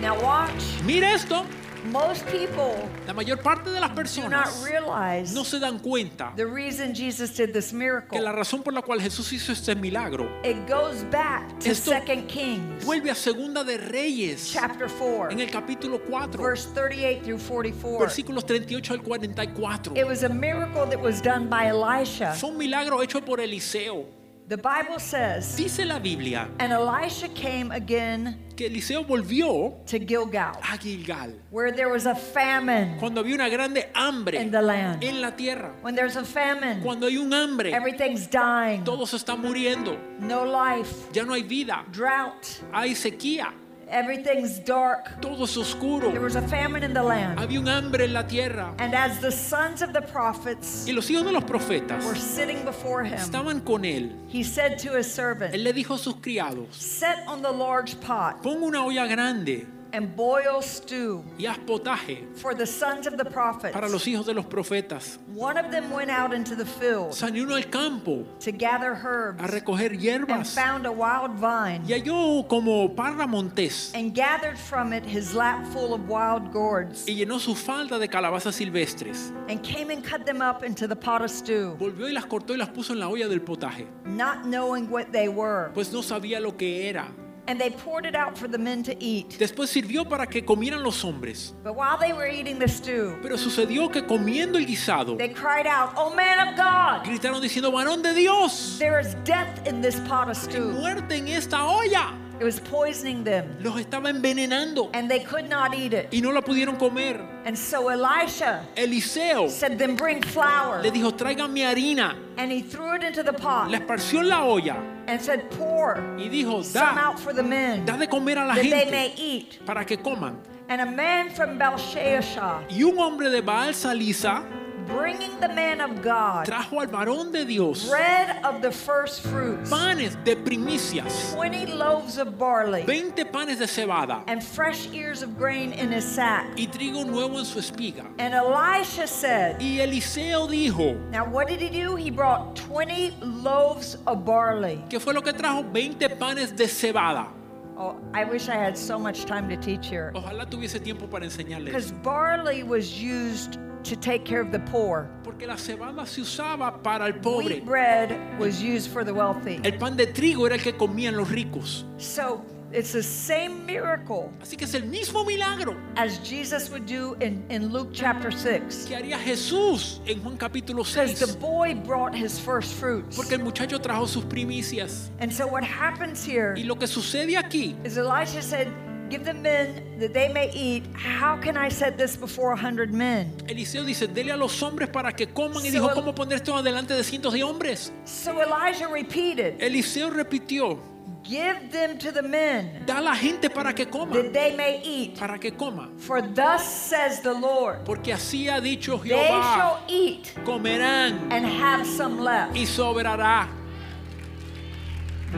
Now watch, Mira esto, most people la mayor parte de las do not personas realize no se dan cuenta the reason Jesus did this que la miracle. razón por la cual Jesús hizo este milagro It goes back to Esto 2 Kings vuelve a Segunda de Reyes chapter 4, en el capítulo 4, verse 38 through 44. versículos 38 al 44. It was a miracle that was done by Elisha. Fue un milagro hecho por Eliseo. The Bible says, Dice la Biblia and Elisha came again que Eliseo volvió to Gilgal, a Gilgal where there was a famine cuando había una grande in hambre the land. en la tierra. When there's a famine, Cuando hay un hambre, everything's dying, todo se está muriendo. no life, Ya no hay vida. drought, Hay sequía. everything's dark. Todo es There oscuro. was a famine in the land. Había un hambre en la tierra. And as the sons of the prophets Y los hijos de los were profetas sitting before him, estaban con él. he said to his Él servant, le dijo a sus criados, Set on the large pot pon una olla grande and boil stew y haz potaje for the sons of the para prophets. los hijos de los profetas. One of them went out into the field Salió uno al campo to gather a herbs recoger and hierbas found a wild y vine halló como parra montés and gathered from it his lap full of wild gourds y llenó su falda de calabazas silvestres. and came and cut them up into the pot of stew, Volvió y las cortó y las puso en la olla del potaje, not knowing what they were. pues no sabía lo que era. And they poured it out for the men to eat. Después sirvió para que comieran los hombres. But while they were eating the stew, Pero sucedió que comiendo el guisado, they cried out, O man of God, gritaron diciendo, varón de Dios, there is death in this pot of stew. muerte en esta olla. It was poisoning them, Los estaba envenenando and they could not eat it. y no la pudieron comer. And so Elisha Eliseo said, Then bring flour. le dijo, traigan mi harina. And he threw it into the pot La esparció en la olla and said, Pour y dijo, some da, out for the men da that de comer a la they may gente eat. para que coman. And a man from Belshazzar, Y un hombre de Baal Salisa bringing the man of God trajo al varón de Dios bread of the first fruits, panes de primicias, 20 loaves of barley, 20 panes de cebada and fresh ears of grain in his sack. y trigo nuevo en su espiga. And Elisha said, Y Eliseo dijo, Now what did he do? He brought 20 loaves of barley. ¿qué fue lo que trajo? 20 panes de cebada. Oh, I wish I had so much time to teach here. Ojalá tuviese tiempo para enseñarles. Because barley was used to take care of the poor. Porque la cebada se usaba para el pobre. Wheat bread was used for the wealthy. El pan de trigo era el que comían los ricos. So it's the same miracle Así que es el mismo milagro as Jesus would do in, in Luke chapter 6. que haría Jesús en Juan capítulo Because the 6. boy brought his first fruits. Porque el muchacho trajo sus primicias. And so what happens here Y lo que sucede aquí is Elisha said, Give the men that they may eat. How can I set this before a hundred men? Eliseo dice, dele a los hombres para que coman. Y So- dijo, ¿cómo poner esto adelante de cientos de hombres? So Elijah repeated, Eliseo repitió, Give them to the men da a la gente para que coma. that they may eat. Para que coma. For thus says the Lord, Porque así ha dicho they Jehová, shall eat comerán and have some left. y sobrará.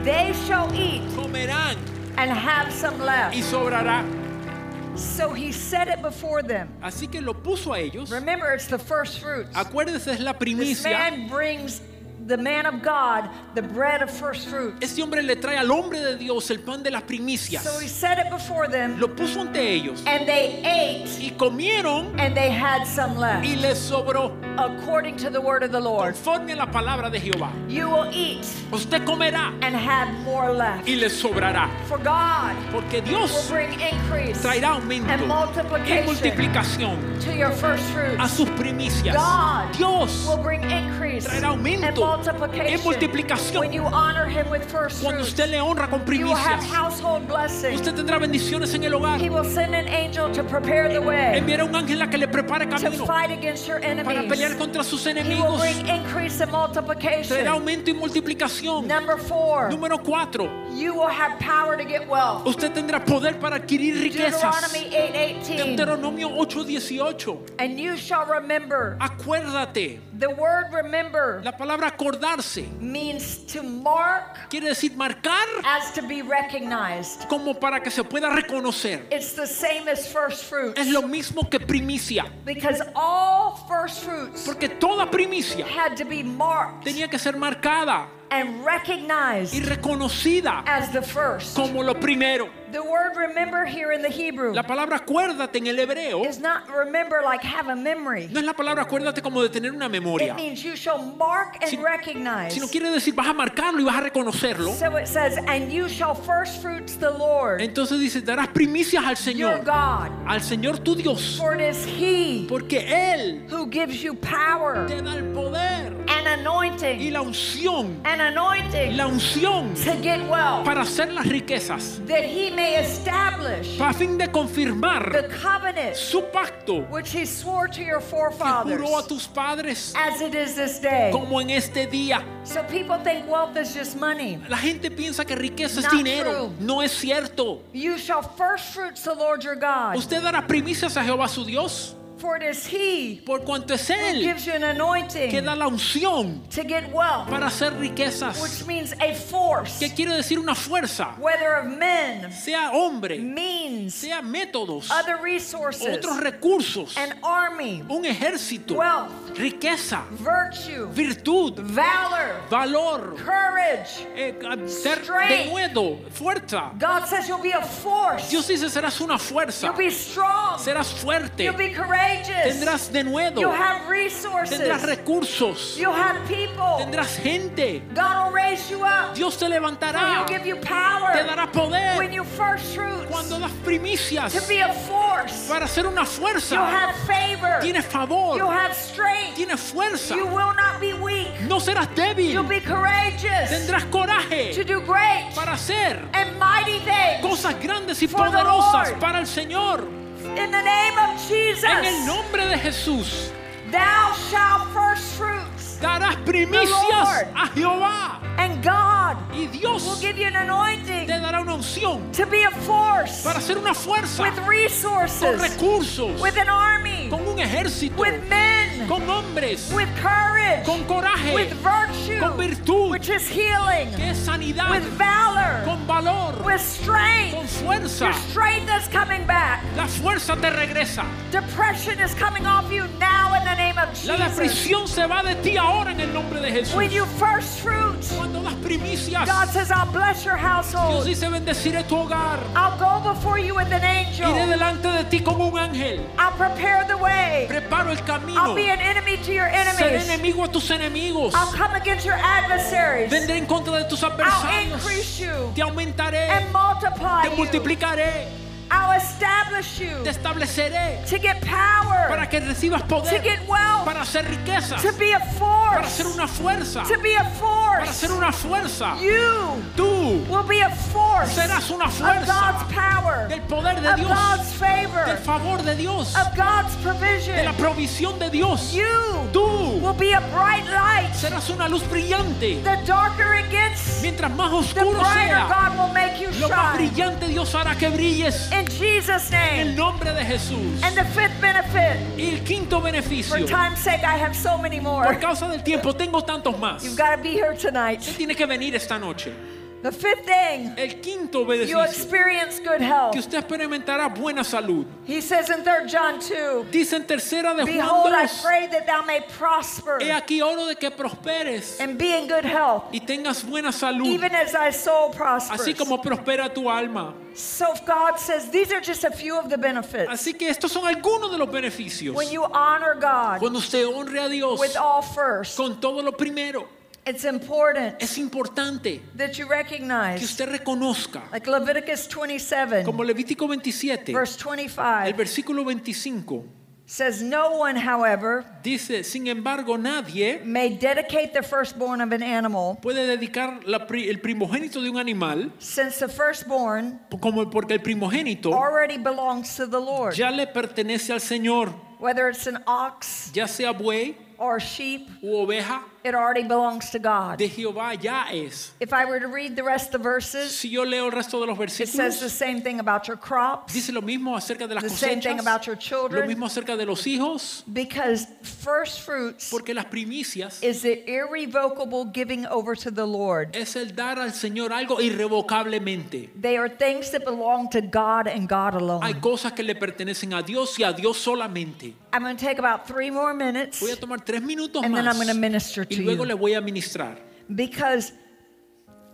They shall eat Comerán and have some y left. sobrará. So he said it before them. Así que lo puso a ellos. Remember, it's the first fruits. Acuérdense, es la This primicia. man brings the man of God the bread of first fruits. Este hombre le trae al hombre de Dios el pan de las So he primicias. said it before them, Lo puso ante ellos and they ate y comieron and they had some y left. les sobró. according to the word of the Lord. conforme a la palabra de Jehová. You will eat Usted comerá and have more left. y le sobrará, For God porque will Dios bring increase traerá aumento and y multiplication multiplicación to your first a fruits. sus primicias. God Dios will bring increase traerá and aumento y multiplication multiplicación. when you honor Him with first cuando fruits. usted le honra con You will have primicias. household blessings. Usted tendrá bendiciones en el hogar. He will send an angel to prepare the way Enviará un ángel a que le to prepare camino fight against your para pelear enemies. contra sus He will enemigos. bring increase and Traerá multiplication. aumento y multiplicación. Number four, Número 4. you will have power to get wealth. Usted tendrá poder para adquirir riquezas. Deuteronomy 8:18. Deuteronomio 8:18. And you shall remember. Acuérdate. The word remember La palabra acordarse means to mark quiere decir marcar as to be recognized. como para que se pueda reconocer. It's the same as first fruits Es lo mismo que primicia. because all first fruits Porque toda primicia had to be marked tenía que ser marcada and y recognized reconocida as the first. como lo primero. The word remember here in the Hebrew La palabra acuérdate en el hebreo is not remember like have a memory. no es la palabra acuérdate como de tener una memoria, It means you shall mark and Si- recognize. sino quiere decir vas a marcarlo y vas a reconocerlo. So it says, and you shall first fruits the Lord Entonces dice, darás primicias al your Señor, God, al Señor tu Dios, for it is He porque Él who gives you power. te da el poder an y anointing, la unción, an anointing la unción to get well, para hacer las riquezas, that he may establish a fin de confirmar the covenant su pacto which he swore to your que juró a forefathers, tus padres as it is this day. como en este día. So people think wealth is just money. La gente piensa que riqueza es Not dinero, true. no es cierto. You shall first fruits the Lord your God, Usted dará primicias a Jehová su Dios, for it is he por cuanto es who Él gives you an que anointing da la unción to get wealth, para hacer riquezas. which means a force, ¿Qué quiere decir una fuerza? whether of men, Sea hombre, means, sea métodos, other resources, otros recursos, an army, un ejército, Wealth. riqueza, virtue, virtud, valor, valor, courage. eh, ser Strength. de nuevo, fuerza. God says you'll be a force. Dios dice serás una fuerza, You'll be strong. serás fuerte, You'll be courageous. tendrás de You'll nuevo, have resources. tendrás recursos, You'll have people. tendrás gente. God will raise you up. Dios te So levantará, he'll give te you power dará when poder you first fruits cuando das to primicias be a force. para ser una You'll fuerza. have favor. Tienes You'll favor, have strength. tienes fuerza, You will not be weak. no serás You'll débil, be courageous tendrás to coraje do great para hacer and mighty things cosas grandes y For the poderosas Lord. para el Señor. in the name of Jesus. En el nombre de Jesús, Thou shalt first fruits, darás primicias Lord. a Jehová and God y will Dios give you an anointing te dará una unción to be a force para ser una fuerza with con resources, recursos, with an army, con un ejército, with men, con hombres, with courage, con with coraje, virtue, con virtud. which is healing, que es sanidad, with valor, con valor, with strength. con fuerza. Your strength is coming back. La fuerza te regresa. Depression is coming off you now in the name of La Jesus. depresión se va de ti ahora en el nombre de Jesús. When you first fruits, Cuando das primicias, God says, I'll bless your Dios household. dice bendeciré tu hogar. I'll go before you with an Iré angel. delante de ti como un ángel. I'll prepare the way. Preparo el I'll camino. be an enemy to your Seré enemies. enemigo a tus enemigos. I'll come against your adversaries. Vendré en contra de tus I'll adversarios. increase you Te aumentaré. and multiply Te you. multiplicaré. I'll establish you Te estableceré to get para power, que recibas to poder. get wealth, Para hacer riquezas. to be a Para ser force, una fuerza. to be a Para ser force. una fuerza. You Tú will be a force serás una of fuerza God's power, del poder de of Dios. God's Del favor, favor de Dios. of God's De la provision. provisión de Dios. You Tú will be a bright light. serás una luz brillante. The darker it gets, Mientras más the oscuro brighter sea. God will make you Lo más shine. brillante Dios hará que brilles In Jesus' en el name. nombre de Jesús. And the fifth benefit, Y el quinto for beneficio, time's sake, I have so many por more. causa del tiempo, tengo tantos más. You've got to be here Usted tonight. tiene que venir esta noche. The fifth thing, El quinto you beneficio experience good health. que usted experimentará buena salud. He says in 3 John 2, Dice en tercera de Behold, Juan I 2, pray that thou may prosper he aquí oro de que prosperes and be in good health, y tengas buena salud, even as thy soul así prospers. como prospera tu alma. So God says these are just a few of the benefits. Así que estos son algunos de los beneficios. When you honor God Cuando usted honre a Dios with all first, con todo lo primero, it's important es importante that you que recognize, usted reconozca, like Leviticus 27, como Levítico 27, verse el 25, versículo 25, says, No one, however, dice, sin embargo, nadie may dedicate the firstborn of an animal, puede dedicar la pri- el primogénito de un animal since the firstborn como porque el primogénito already belongs to the Lord, ya le pertenece al Señor, whether it's an ox ya sea buey or sheep, u oveja it already belongs to God. de Jehová ya es. If I were to read the rest of the verses, Si yo leo el resto de los it says the versículos, same thing about your crops. dice lo mismo acerca de las The same thing cosechas, about your lo children mismo acerca de los hijos, because first fruits porque las primicias is the irrevocable giving over to the Lord. es el dar al Señor algo irrevocablemente. They are things that belong to God and God Hay alone. cosas que le pertenecen a Dios y a Dios solamente. I'm going to take about three more minutes Voy a tomar tres minutos And then más I'm gonna minister y to luego you. le voy a ministrar. because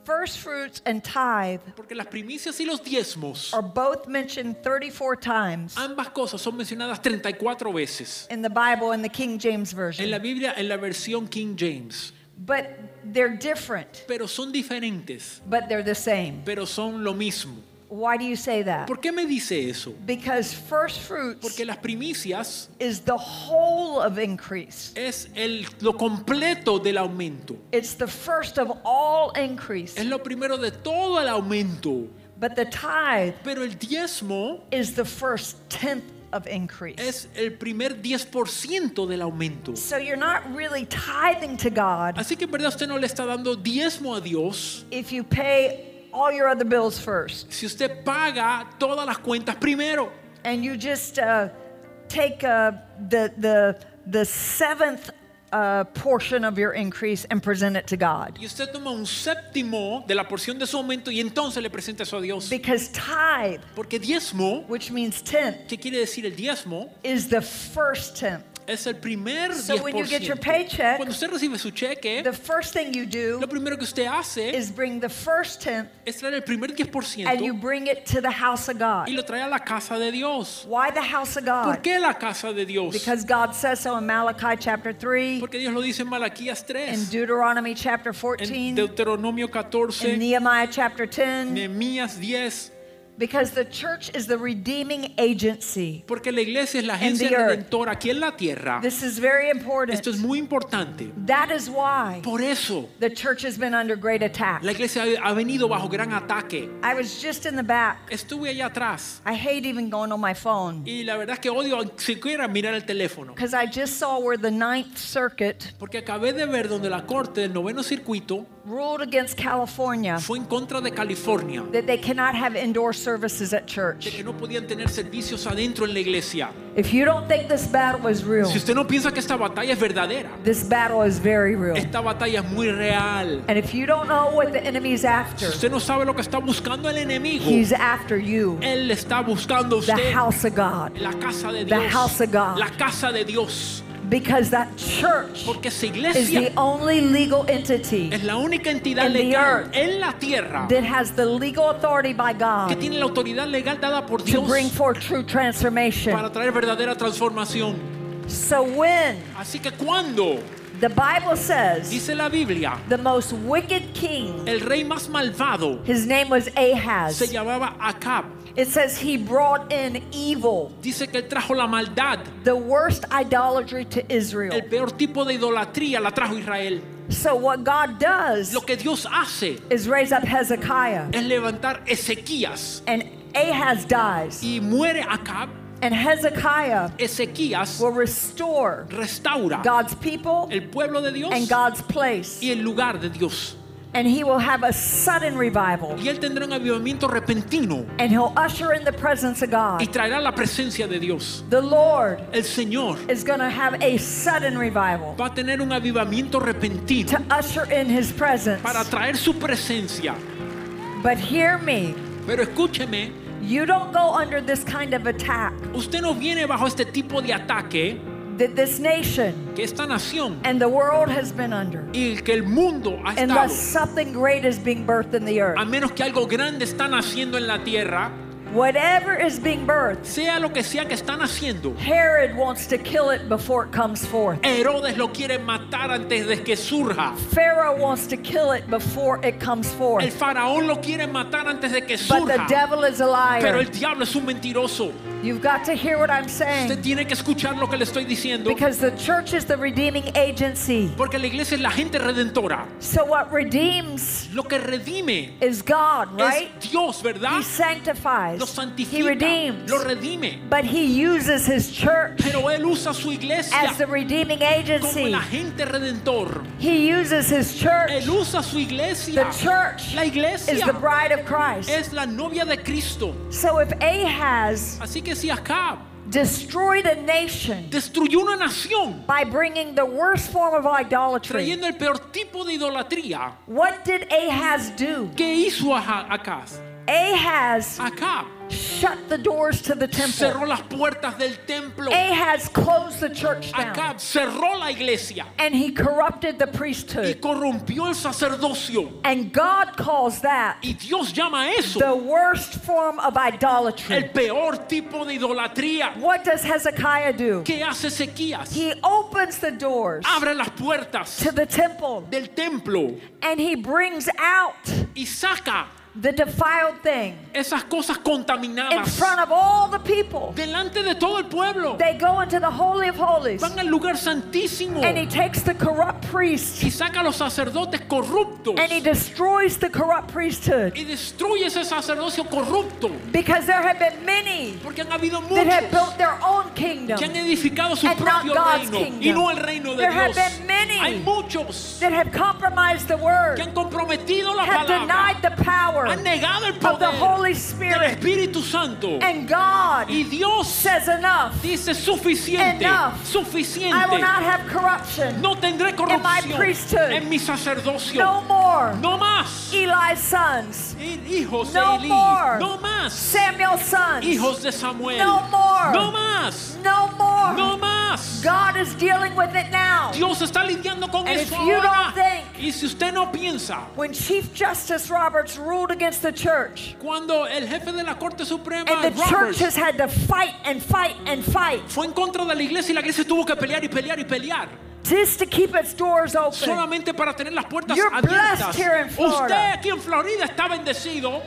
first fruits and tithe Porque las primicias y los diezmos, are both mentioned 34 times ambas cosas son mencionadas 34 veces in the Bible in the King James en la Version, Biblia en la versión King James. but they're different, Pero son diferentes, but they're the same. pero son lo mismo. Why do you say that? ¿Por qué me dice eso? Because first fruits Porque las primicias is the whole of increase. es el, lo completo del aumento. It's the first of all increase. Es lo primero de todo el aumento. But the tithe Pero el diezmo is the first tenth of increase. es el primer 10% del aumento. So you're not really tithing to God Así que en verdad usted no le está dando diezmo a Dios if you pay all your other bills first si usted paga todas las cuentas primero and you just uh, take uh, the, the, the seventh uh, portion of your increase and present it to God. y usted toma un séptimo de la porción de su aumento y entonces le presenta eso a Dios. Because tithe, Porque diezmo, which means tenth, ¿qué quiere decir el diezmo? is the first tenth. Es el primer So when you get your 10%. paycheck, Cuando usted recibe su cheque, The first thing you do lo primero que usted hace is bring the first tenth es traer el primer and you 10% bring it to the house of God. y lo trae a la casa de Dios. Why the house of ¿Por God? qué la casa de Dios? Because God says so in Malachi chapter 3, Porque Dios lo dice en Malaquías in 3, Deuteronomy chapter en 14, Deuteronomio in 14, Nehemiah chapter 10, Nehemías 10, because the church is the redeeming agency. porque la iglesia es la And the agencia earth. redentora aquí en la tierra. This is very important. Esto es muy importante. That is why Por eso the church has been under great attack. la iglesia ha ha venido bajo gran ataque. I was just in the back. Estuve allá atrás I hate even going on my phone y la verdad es que odio siquiera mirar el teléfono. because I just saw where the Ninth Circuit Porque acabé de ver donde la corte del noveno circuito ruled against California fue en contra de California, that they cannot have indoor services at de que church. no podían tener servicios adentro en la iglesia. If you don't think this battle is real, Si usted no piensa que esta batalla es verdadera, this battle is very real. esta batalla es muy real. And if you don't know what the enemy's Si after, usted no sabe lo que está buscando el enemigo, he's after you, él le está buscando a the usted house of God, la casa de the Dios. house of God. La casa de Dios. because that church Porque esa is iglesia the only legal entity es la única entidad In the legal earth. en la tierra that has the legal authority by que God tiene la autoridad legal dada por to Dios bring forth true transformation. para traer verdadera transformación. So when Así que cuando the Bible says dice la Biblia, the most wicked king, el rey más malvado his name was se Ahaz, llamaba Acab. it says he brought in evil. Dice que él trajo la maldad, the worst idolatry to Israel. el peor tipo de idolatría la trajo Israel. So what God does Lo que Dios hace is raise up Hezekiah, es levantar Ezequías and Ahaz dies, y muere Acab. and Hezekiah Ezequías will restore restaura God's people el pueblo de Dios and God's place, y el lugar de Dios. and he will have a sudden revival, Y él tendrá un avivamiento repentino and he'll usher in the presence of y God. traerá la presencia de Dios. The Lord El Señor is going to have a sudden revival va a tener un avivamiento repentino to usher in his presence para traer su presencia But hear me. Pero escúcheme, You don't go under this kind of attack usted no viene bajo este tipo de ataque that this nation que esta nación and the world has been under y que el mundo ha estado, unless something great is being birthed in the a earth. menos que algo grande están haciendo en la tierra, Whatever is being birthed, sea lo que sea que están haciendo. Herod wants to kill it before it comes forth. Herodes lo quiere matar antes de que surja. Pharaoh wants to kill it before it comes El forth. faraón lo quiere matar antes de que But the surja. devil is a Pero liar. el diablo es un mentiroso. You've got to hear what I'm Usted saying tiene que escuchar lo que le estoy diciendo. because the church is the redeeming agency. Porque la iglesia es la gente redentora. So, what redeems Lo que redime is God, right? es Dios, ¿verdad? He sanctifies, Lo He santifica, redeems, lo redime. but He uses His church Pero Él usa su as the iglesia redeeming como agency. el agente redentor. He uses His church. Él usa su iglesia. The church La is the iglesia bride of Christ. es la novia de Cristo. So, if Ahaz Así que si Acab destroyed a nation destruyó una nación by bringing the worst form of idolatry, trayendo el peor tipo de idolatría, what did Ahaz do? ¿qué hizo Aja- Acab? Ahaz Acab shut the doors to the cerró temple. las puertas del templo. Ahaz closed the church down. Acab cerró la iglesia And he corrupted the y priesthood. corrompió el sacerdocio. And God calls that Y Dios llama a eso the worst form of idolatry. el peor tipo de idolatría. What does Hezekiah do? ¿Qué hace Ezequías? He opens the doors Abre las puertas to the temple del templo and he brings out y saca the defiled thing esas cosas in contaminadas front of all the people. delante de todo el pueblo. They go into the Holy of Holies Van al lugar santísimo and he takes the corrupt y priests saca a los sacerdotes corruptos. and he destroys the corrupt priesthood y destruye ese sacerdocio corrupto. because there have been many Porque han habido that have muchos built their own que han kingdom edificado su and not propio God's reino y kingdom. no el reino de There have Dios. been many Hay muchos that have compromised the que word, han comprometido la have palabra, denied the power han negado el of the poder Holy del Spirit. Espíritu Santo. And God Y Dios says enough. dice suficiente, Enough. I will suficiente. not have corruption. No tendré corrupción priesthood. en mi No sacerdocio. more No más Eli's sons, hijos de No Eli. more. No más Samuel's sons. hijos de Samuel. No more. No más. No more. No más. God is dealing with it now. Dios está lidiando con And eso if you ahora. don't think- y si usted no piensa, When Chief Justice Roberts ruled against the church, cuando el jefe de la Corte Suprema, and the Roberts, churches had to fight and fight and fight fue en contra de la iglesia y la iglesia tuvo que pelear y pelear y pelear just to keep its doors open, solamente para tener las puertas You're abiertas. blessed here in Florida. Usted aquí en Florida está bendecido.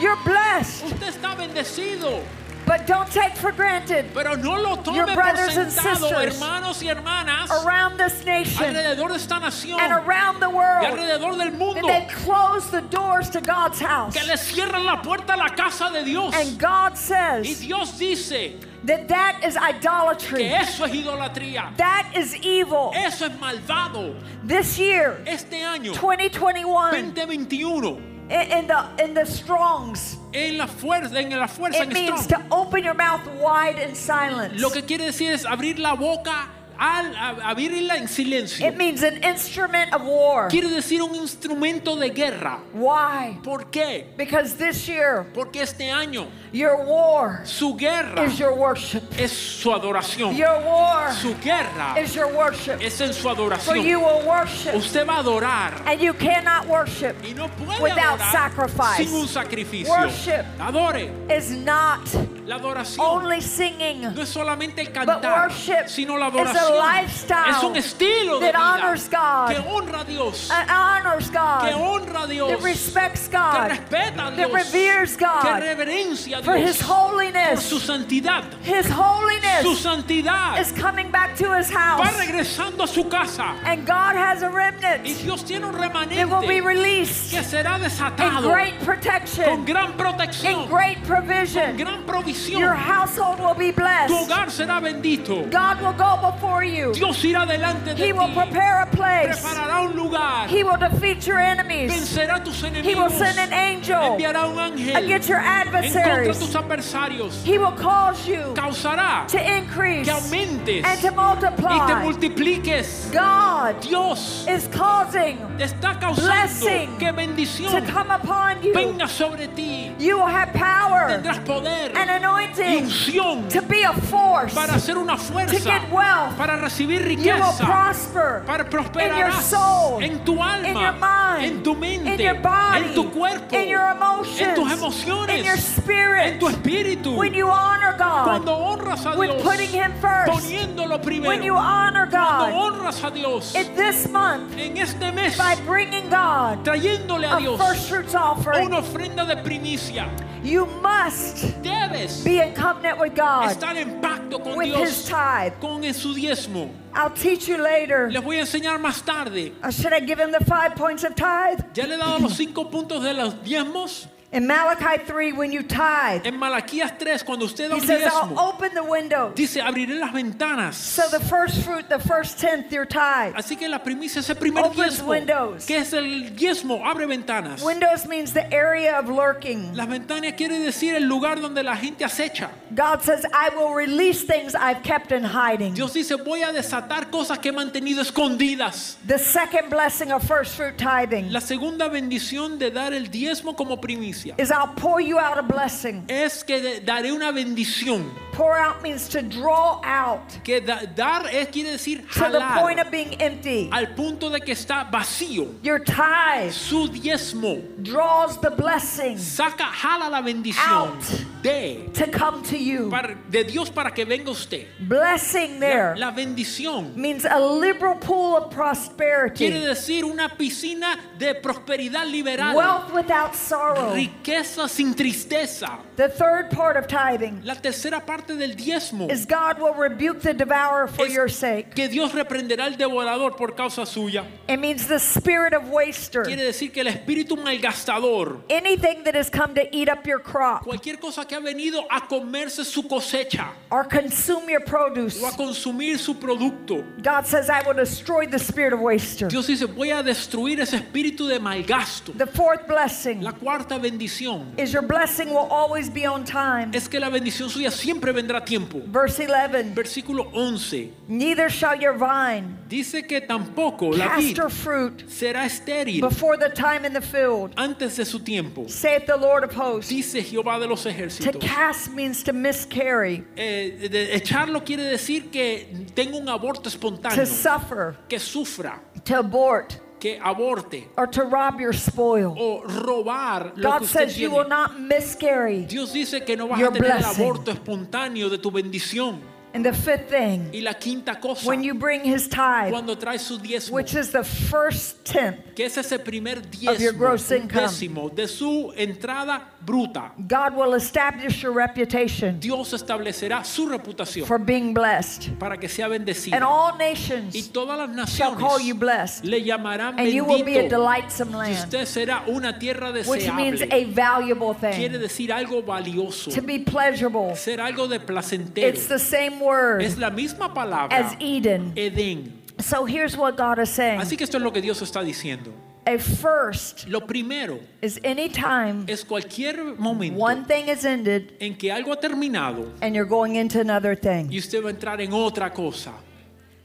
you're blessed. Usted está bendecido. But don't take for granted Pero no lo tome Your por brothers and sentado, sisters hermanos y hermanas, around this nation alrededor de esta nación and around the y world alrededor del that mundo they close the doors to God's house. que le cierran la puerta a la casa de Dios. And God Y says Dios dice that that is idolatry. que eso es idolatría. That is evil. Eso es malvado. This year, Este año 2021, 2021 i- in the in the Strongs, en la fuerza en la fuerza it en means Strong, to open your mouth wide in silence. Lo que quiere decir es abrir la boca al a- abrirla en silencio. It means an instrument of war. Quiere decir un instrumento de guerra. Why? ¿Por qué? Because this year, Porque este año your war su guerra is your worship. es su adoración. Your war Su guerra is your worship. es en su For adoración. you will worship, Usted va a adorar and you cannot worship. y no puede Without adorar sacrifice. sin un sacrificio. Worship. Adore. Is not La adoración only singing. No es solamente el But cantar, worship sino la is a adoración. lifestyle Es un estilo de that vida honors God, que honra a Dios, that honors que God, honra a Dios, that respects que God, respeta a that reveres Dios, que God reverencia a for His Dios por su holiness. santidad. His Su holiness santidad is coming back to His va house, regresando a su casa and God has a y remnant Dios tiene un that will be remanente released que será in desatado great con protection, gran in protección, great con provision. gran Your provisión. household will be Tu blessed. hogar será bendito. God will go before before you. Dios irá delante de He will ti. prepare a place. Preparará un lugar. He will defeat your enemies. Vencerá a tus He will enemigos. send an angel Enviará un ángel. against your en contra de adversaries. tus adversarios. He will cause you Causará to increase que aumentes and to y te multiply. multipliques. God Dios is causing te está causando Blessing que to bendición come upon you. venga sobre ti. You will have power Tendrás poder and y anointing unción to be a force. para ser una fuerza, get wealth. para recibir You will riqueza, prosper para in your prosperar soul, en tu in your alma, mind, en tu mente, in your body, en tu cuerpo, in your emotions, en tus emociones, in your spirit. en tu espíritu. when you honor God, Cuando honras a when Dios, putting Him first, poniéndolo when you primero, honor cuando God, honras a Dios, in this month, en este mes, by bringing God trayéndole a a Dios first fruits offering, una ofrenda de primicia, you must debes be in covenant with God estar en pacto con with His Dios, tithe. con su diezmo. I'll teach you later. Les voy a enseñar más tarde. Uh, Should I give him the five points of tithe? Ya le he dado los cinco puntos de los diezmos. In Malachi 3, when you tithe, En Malaquías 3, cuando usted da he un says, I'll diezmo, open the window. dice, abriré las ventanas. So the first fruit, the first tenth, your tithe. Así que la primicia, ese primer Opens diezmo, windows. que es el diezmo, abre ventanas. Windows means the area of lurking. Las ventanas quiere decir el lugar donde la gente acecha. God says, I will release things I've kept in hiding. Dios dice, voy a desatar cosas que he mantenido escondidas. The second blessing of first fruit tithing La segunda bendición de dar el diezmo como primicia is I'll pour you out a blessing. es que de- daré una bendición. Pour out means to draw out Que da- dar es, quiere decir to the point jalar of being empty. al punto de que está vacío. Your tithe Su diezmo draws the blessing saca, jala la bendición Out. de, to come to you. para- de Dios para que venga usted. Blessing La, there la bendición means a liberal pool of quiere prosperity, decir una piscina de prosperidad liberal, wealth without sorrow. riqueza sin tristeza. The third part of tithing La tercera parte del diezmo is God will rebuke the devourer for Es- your sake. que Dios reprenderá al devorador por causa suya. It means the spirit of waster, Quiere decir que el espíritu malgastador, anything that has come to eat up your crop cualquier cosa que ha venido a comerse su cosecha or consume your produce. o a consumir su producto. God says, I will destroy the spirit of waster. Dios dice, voy a destruir ese espíritu de malgasto. The fourth blessing La cuarta bendición is your blessing will always be on time. es que la bendición suya siempre vendrá a tiempo. Verse 11 Versículo 11 Neither shall your vine dice que tampoco la cast vid her fruit será estéril before the time in the field, antes de su tiempo. saith the Lord of hosts. Dice Jehová de los To ejércitos. cast means to miscarry, Eh, de- echarlo quiere decir que tenga un aborto espontáneo, to suffer, que sufra, to abort, que aborte or to rob your spoil. o robar lo que God usted says you will tiene. not miscarry. Dios dice que no vas a Your tener el blessing. aborto espontáneo de tu bendición. And the fifth thing, Y la quinta cosa, when you bring his tithe, cuando traes su diezmo, which is the first tenth, que es ese primer your diezmo, gross un income. décimo de su entrada bruta, God will establish your reputation Dios establecerá su reputación for being blessed. para que sea And bendecido. all Y nations todas las shall call you naciones blessed, le llamarán and you will be a bendito. delightsome Y land, usted será una tierra which means deseable. a valuable Quiere thing, decir algo valioso, to be pleasurable. ser algo de placentero. It's the same word Es la misma as e- palabra, Eden. Edén. So here's what God is Así saying. que esto es lo que Dios está diciendo. A first Lo primero is any time es cualquier momento one thing is ended en que algo ha terminado and you're going into another thing. y usted va a entrar en otra cosa.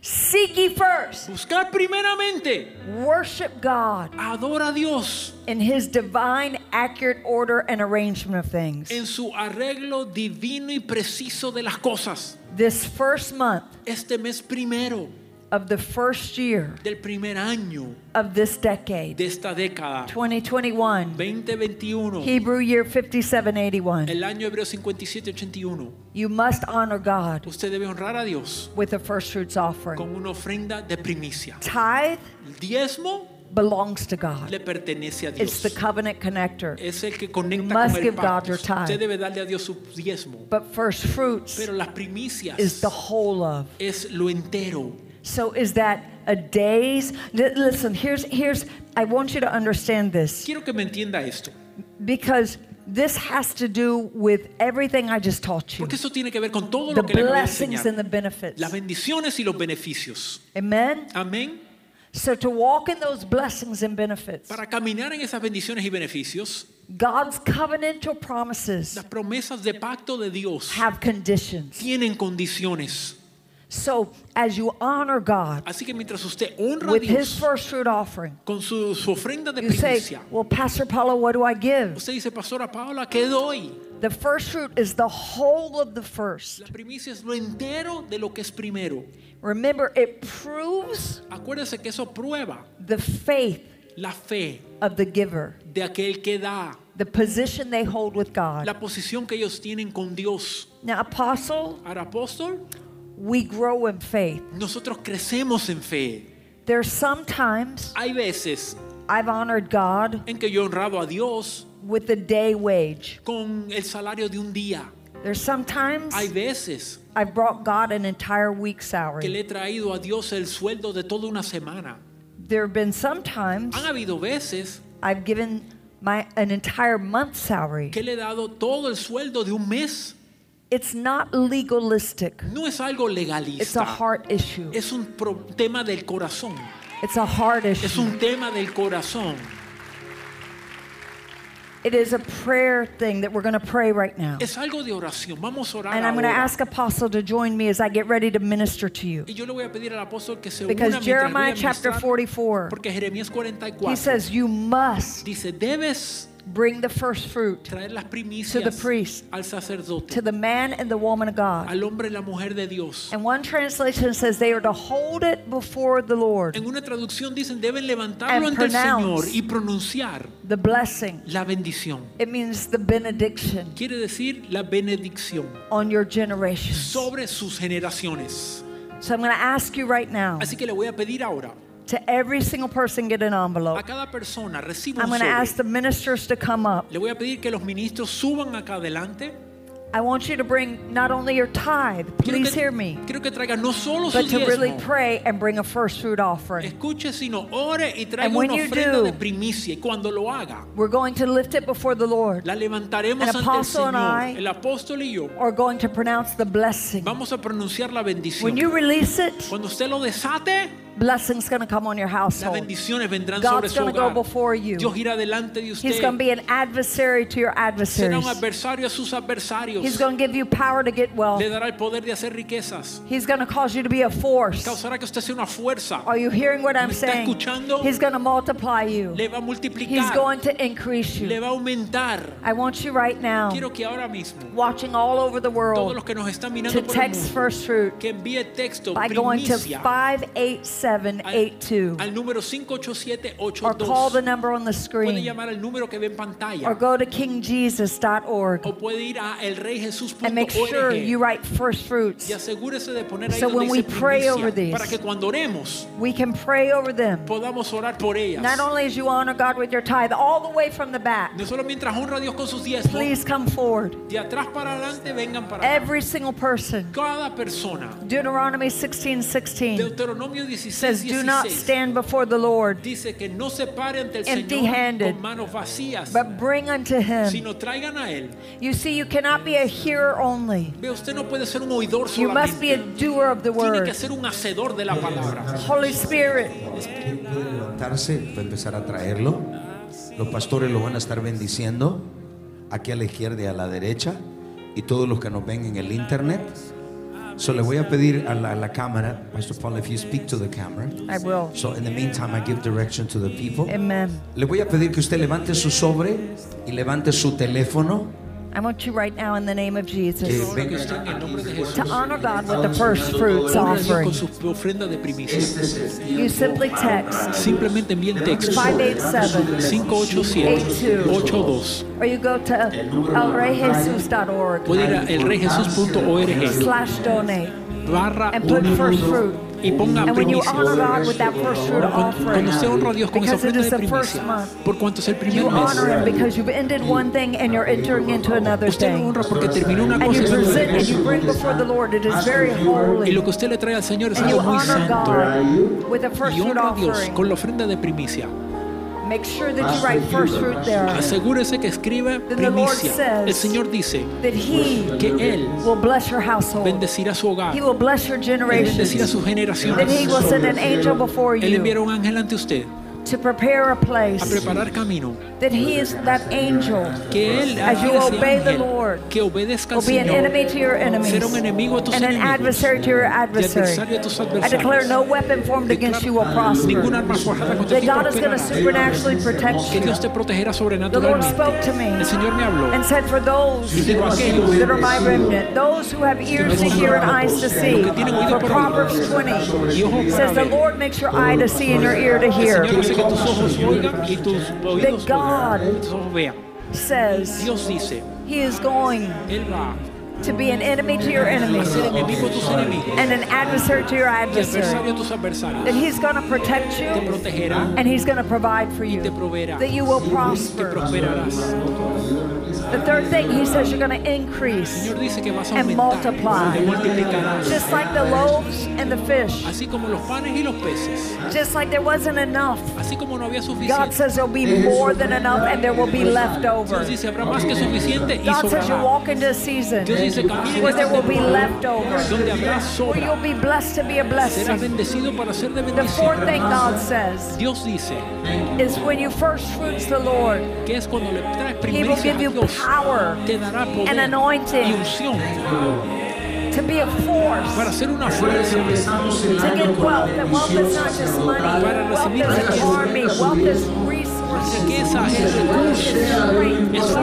Seek ye first. Buscar primeramente, Worship God adora a Dios in his divine, accurate order and arrangement of things. en su arreglo divino y preciso de las cosas. This first month Este mes primero of the first year del primer año of this decade, de esta década, 2021, 2021. Hebrew year 5781, El año hebreo 5781. you must honor God Usted debe honrar a Dios with the first fruits offering. con una ofrenda de primicia. Tithe El diezmo belongs to God. le pertenece a It's Dios. the covenant connector. Es el que You conecta must con el give God pacto. your tithe. Usted debe darle a Dios su diezmo. But first fruits Pero las primicias is the whole of. es lo entero. So is that a day's? Li- Listen, here's here's I want you to understand this Quiero que me entienda esto. because This has to do with everything I just taught you Porque eso tiene que ver con todo the lo que le voy a blessings and enseñar. the benefits. Las bendiciones y los beneficios. Amen? Amén. So, to walk in those blessings and benefits, Para caminar en esas bendiciones y beneficios, God's covenantal promises las promesas de pacto de Dios have conditions. tienen condiciones. So, as you honor God Así que mientras usted honra a with His Dios first fruit offering, con su, su ofrenda de you say, primicia, Well, Pastor Paula, what do I give? usted dice, Pastora Paula, ¿qué doy? The first fruit is the whole of the first. La primicia es lo entero de lo que es primero. Remember, it proves Acuérdese que eso prueba the faith la fe of the giver, de aquel que da, the position they hold with God. la posición que ellos tienen con Dios. Now, Apostle, Ahora, apóstol, we grow in faith. nosotros crecemos en fe. There's sometimes Hay veces I've honored God en que yo he honrado a Dios with a day wage. con el salario de un día. There's sometimes Hay veces I've brought God an entire week's que le salary. he traído a Dios el sueldo de toda una semana. There have been some times Han habido veces I've given my an entire month's salary. que le he dado todo el sueldo de un mes. It's not legalistic. No es algo It's a legalista. heart issue. Es un pro- tema del corazón. It's a heart Es issue. un tema del corazón. It is a prayer thing that we're going to pray right now. Es algo de oración. Vamos a orar And I'm going to ahora. ask Apostle to join me as I get ready to minister to you. Y yo le voy a pedir al apóstol que se una Because mientras voy a Jeremiah chapter ministrar, 44, porque Jeremías he 44 says, You must dice, debes bring the first fruit traer las primicias priest. al sacerdote, to the man and the woman of God. al hombre y la mujer de Dios. And one translation says they are to hold it before the Lord, En una traducción dicen, deben levantarlo And ante el Señor pronounce. y pronunciar the blessing. la bendición. It means the benediction Quiere decir la benedicción on your generation. So sobre sus generaciones. I'm going to ask you right now Así que le voy a pedir ahora to every single person get an a envelope. cada persona, reciba I'm un going to ask sobre. the ministers to come up. Le voy a pedir que los ministros suban acá adelante. I want you to bring not only your tithe, Quiero please que- hear me, Quiero que traiga no solo su but to really diezmo, pray and bring a first fruit offering. Escuche, sino ore y traiga And when una you ofrenda do- de primicia. Y cuando lo haga, We're going to lift it before the Lord la levantaremos An ante el apostle and Señor. I- el apóstol y yo or going to pronounce the blessing. vamos a pronunciar la bendición. When you release it, cuando usted lo desate, blessing's going to come on your las household. bendiciones vendrán sobre God's su going to go hogar. before you. Dios irá delante de usted. He's going to be an adversary to your Será un adversaries. adversario a sus adversarios. He's going to give you power to get wealth. Le dará el poder de hacer riquezas. He's going to cause you to be a force. Causará que usted sea una fuerza. Are you hearing what I'm ¿Me está saying? escuchando? He's going to multiply you. Le va a He's multiplicar. going to increase Le you. va a aumentar. I want you right now, Quiero que ahora mismo watching all over the todos los world, que nos están to mirando por el text mundo, First Fruit que envíe texto by going to primicia 58782 al, al número or call the 58782. number on the Puede screen llamar al número que ve en or pantalla go to kingjesus.org o puede ir a and make sure you elreyjesus.org write First Fruits. y asegúrese de poner ahí So donde when we dice pray primicia, over these, para que cuando oremos We can pray over them. podamos orar por ellas. Not only as you honor God with your tithe, all the way from the back, no solo mientras honra a Dios con sus diezmos, please come forward. de atrás para adelante vengan para acá. Every single person. cada persona. Deuteronomy 16 16 Deuteronomio 16, says, Do not 16, stand before the Lord, dice que no se pare ante el Empty-handed. Señor con manos vacías, but bring unto him. sino traigan a él. You see, you cannot be a hearer only, Ve, usted no puede ser un oidor you must be a solamente. doer of the Tiene que word. ser un hacedor de la palabra. Holy Spirit, Él puede levantarse para empezar a traerlo. Los pastores lo van a estar bendiciendo aquí a la izquierda y a la derecha y todos los que nos ven en el internet. So le voy a pedir a la, a la cámara, Pastor Paul, if you speak to the camera. I will. So in the meantime, I give direction to the people. Amen. Le voy a pedir que usted levante su sobre y levante su teléfono. I want you right now in the name of Eh, Jesus venga. En el nombre de Jesús. to honor God with the first fruits Honra a Dios offering. con su ofrenda de primicia. You simply text Simplemente envíe el texto 587 587-82. or you go to elreyjesus.org. Puede ir a elreyjesus.org slash donate barra and put first fruit. y ponga And when you primicia. honor God with that first fruit Cuando, offering, cuando se honra a Dios con esa because it ofrenda is de the first primicia, month, por cuanto es el primer you honor Him mes, because you've ended one thing and you're entering into another usted lo thing. honra porque terminó una And cosa you y luego present and regresa. you bring before the Lord. It is very Y holy. lo que usted le trae al Señor es And you algo muy honor santo. God with a first Y fruit honra a Dios offering. con la ofrenda de primicia. Make sure that you Pastor write first Huber, fruit Pastor there. Asegúrese que escriba Then the Lord primicia. says- El Señor dice That He que Él will bless your household. bendecirá su hogar, He will bless your Él bendecirá generations. sus That He generaciones. will send an angel before Él enviará you un ángel ante usted to prepare a a place. preparar camino. That He is that angel. Que Él As you haga ese obey the ángel, Lord, que obedezca al will be an Señor. enemy to your enemies Será un enemigo a tus and an enemigos. adversary to your adversario adversary. a tus I declare adversarios. no weapon formed against you will Ninguna prosper. arma forjada contra That ti God is going to prosperará. supernaturally protect Que you. Dios te protegerá The Lord sobrenaturalmente. spoke to me El Señor me habló. and said, For those that are my remnant, those who have ears to hear and eyes to see, for Proverbs 20 Y ojo para says, The ver. Lord makes your eye to see and your ear to El Señor hear. hace que tus ojos oigan y tus oídos That oigan, God- tus ojos vean. Says, Dios dice, He is going Él va to be an enemy to your a enemies ser enemigo de tus enemigos and an adversary to your y adversario adversary. de tus That adversarios. He's going to protect Te you protegerá, and He's going to provide for you. te proveerá, That you will te prosper. prosperarás. El The third thing He says, You're going to increase. Señor dice que vas a And aumentar, multiply. te multiplicarás. Just like the loaves and the fish. Así como los panes y los peces, Just like there wasn't enough, así como no había God suficiente. says there'll be more than enough and there will be left over. Dios dice, habrá más que suficiente y God says you sobrará. walk into a season Dios dice, camina en where there esta will be left temporada over, donde habrá where sobra. you'll be blessed to be a Serás blessing. bendecido para ser de The fourth bendición. thing God says Dios dice is when you first fruits the Lord, que es cuando le traes He will primicia a give you Dios, power te dará and poder y anointing unción to be a para force, ser una fuerza, to get wealth. And wealth is not just money, wealth is an army, wealth is resources, riqueza, es wealth recurso, is strength, es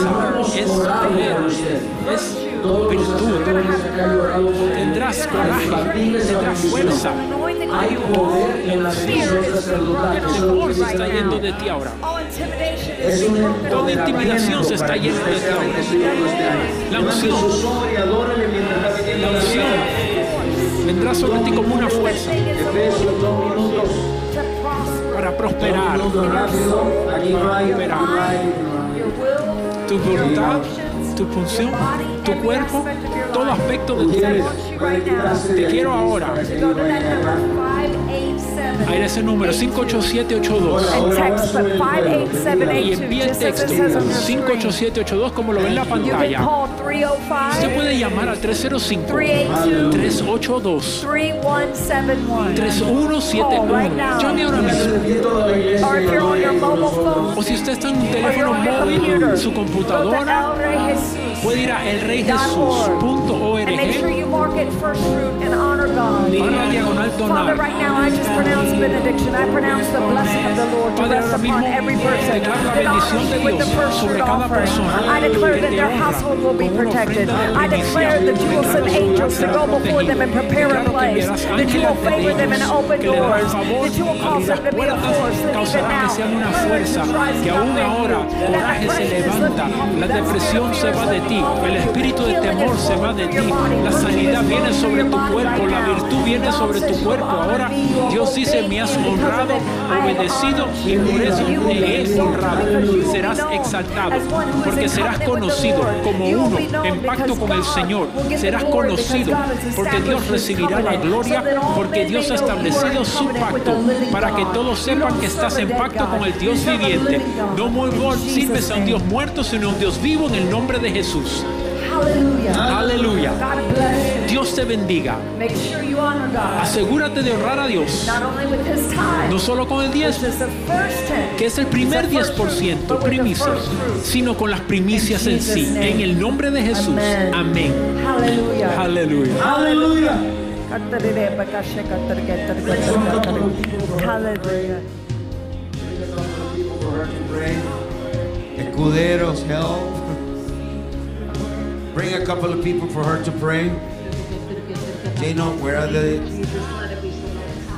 wealth fortaleza, is power. es poder, es virtud. You're going to have courage. Tendrás coraje, tendrás fuerza. Hay poder en la El temor se está yendo de ti ahora. Oh, Toda intimidación se está yendo de ti ahora. La unción, la unción vendrá sobre ti como una fuerza para prosperar. Tu voluntad, tu función, tu cuerpo, todo aspecto de tu vida. Te quiero ahora. A ir a ese número 58782. And text, but Y 58782, envía el just as texto it says on your screen. 58782 como lo ve en la You can pantalla. call Usted 305 puede llamar al 382 305-382. 3171. Call right 3171. Llame ahora now. mismo. Or if you're on your mobile O phone, si usted está en un or you're teléfono on your móvil, computer, su go to computadora, El Rey Jesus. puede ir a And make sure elreyjesus.org you mark it first fruit and honor God. barra diagonal Father, donar. right now I just pronounce benediction. I pronounce the blessing of the Lord to Padre, rest ahora upon mismo every person declaro la that honors bendición you de with the Dios first sobre fruit cada offering. persona I declare que that te their honra household will be con una protected. ofrenda I declare that you will send primicia. angels to go before them and prepare a Declaro que place, enviarás that you will ángeles favor them and de open Dios que le darán doors, favor, that you will cause them to be a abrirán force, puertas, that causarán even now, que sean una courage fuerza, rises que aún up in you, ahora that coraje se oppression is levanta, lifted, la that depresión spirit se of va de fear is ti, lifted, el espíritu de healing is temor se flowing va de ti, through your body, la virtue is sanidad viene flowing through sobre your tu body cuerpo, right la now. virtud viene God sobre says tu you cuerpo. honor Ahora me, you Dios dice, obey me has me because of honrado, it. I have obedecido y honored you. por eso You will te he be exalted honrado. because you will be Serás known exaltado as one who is porque in serás covenant with the conocido Lord. como You will uno be known en pacto because con el God Señor. will get the Serás glory because conocido God has porque Dios established His recibirá la covenant, gloria so that all porque men Dios ha may know you are in establecido su covenant with pacto the living para que God. todos You sepan don't que estás serve en a dead pacto God. con el You Dios serve a viviente. living God. No muy In buen- Jesus' sirves a un name. Dios muerto, sino a un Dios vivo en el nombre de Jesús. Hallelujah. Aleluya. God bless Dios te bendiga. you. Make sure you honor God, Asegúrate de honrar a Dios, not only with His time, no solo con el which 10, is the first tenth, que es el the primer first fruit, 10% but with the primicias, first fruit. sino con las primicias In en Jesus' sí. name. En el nombre de Jesús. Amen. Amén. Hallelujah. Aleluya. Hallelujah. Escuderos, help. Bring a couple of people for her to pray. Gino, where are they?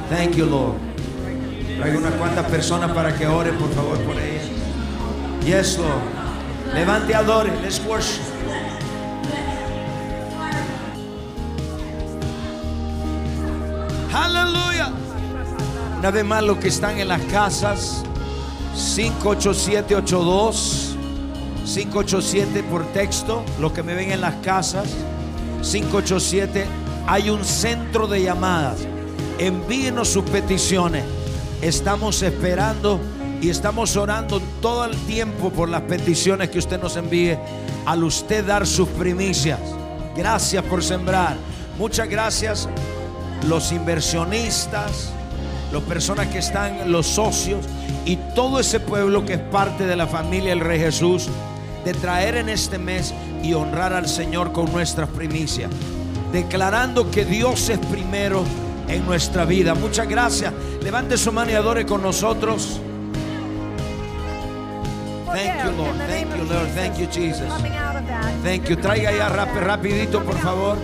Thank you, Lord. Traigo unas cuantas personas para que ore, por favor, por ella. Yes, Lord. Levante, adore. Let's worship. Aleluya. Una vez más, los que están en las casas, 58782, 587 por texto, los que me ven en las casas, 587, hay un centro de llamadas. Envíenos sus peticiones. Estamos esperando Y estamos orando todo el tiempo por las peticiones que usted nos envíe al usted dar sus primicias. Gracias por sembrar. Muchas gracias los inversionistas, las personas que están, los socios y todo ese pueblo que es parte de la familia del Rey Jesús, de traer en este mes y honrar al Señor con nuestras primicias, declarando que Dios es primero en nuestra vida. Muchas gracias. Levante su mano y adore con nosotros. Thank you, Lord. Thank you, Lord. Thank you, Jesus. Thank you. Traiga ya rap- rapidito, por favor.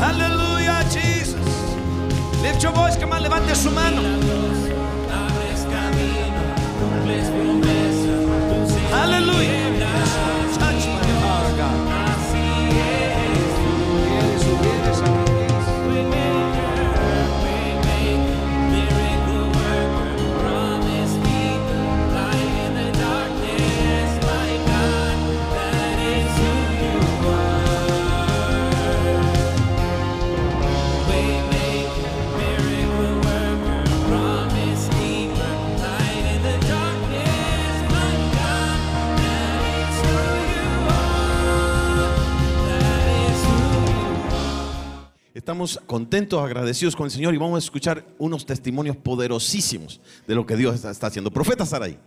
Aleluya, Jesus. Lift your voice, come on, levante su mano. Aleluya. Touch my heart, God. Vienes, vienes a mi iglesia. Estamos contentos, agradecidos con el Señor y vamos a escuchar unos testimonios poderosísimos de lo que Dios está, está haciendo. Profeta Sarai.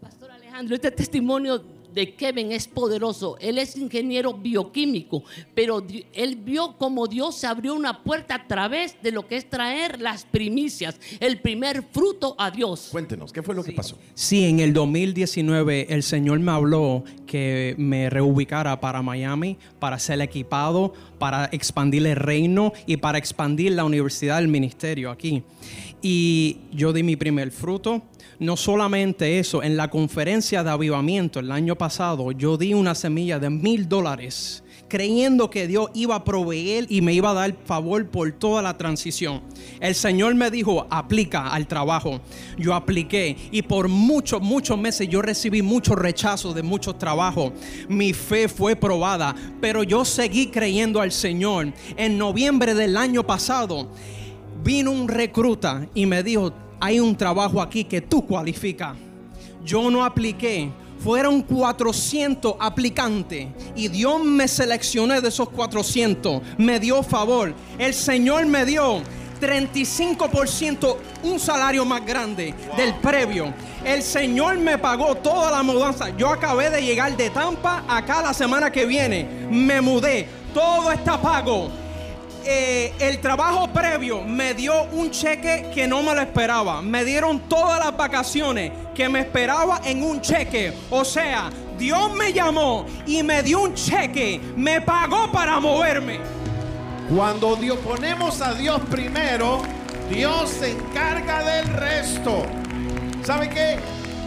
Pastor Alejandro, este testimonio de Kevin es poderoso. Él es ingeniero bioquímico, pero di- él vio como Dios se abrió una puerta a través de lo que es traer las primicias, el primer fruto a Dios. Cuéntenos, ¿qué fue lo que pasó? Sí, en el 2019 el Señor me habló que me reubicara para Miami, para ser equipado, para expandir el reino y para expandir la universidad, el ministerio aquí. Y yo di mi primer fruto. No solamente eso, en la conferencia de avivamiento el año pasado yo di una semilla de mil dólares creyendo que Dios iba a proveer y me iba a dar favor por toda la transición. El Señor me dijo, aplica al trabajo. Yo apliqué y por muchos, muchos meses yo recibí muchos rechazos de muchos trabajos. Mi fe fue probada, pero yo seguí creyendo al Señor. En noviembre del año pasado vino un recruta y me dijo, hay un trabajo aquí que tú cualificas. Yo no apliqué. Fueron 400 aplicantes y Dios me seleccionó de esos 400. Me dio favor. El Señor me dio 35%, un salario más grande del previo. El Señor me pagó toda la mudanza. Yo acabé de llegar de Tampa acá la semana que viene. Me mudé. Todo está pago. Eh, el trabajo previo me dio un cheque que no me lo esperaba. Me dieron todas las vacaciones que me esperaba en un cheque. O sea, Dios me llamó y me dio un cheque. Me pagó para moverme. Cuando Dios ponemos a Dios primero, Dios se encarga del resto. ¿Sabe qué?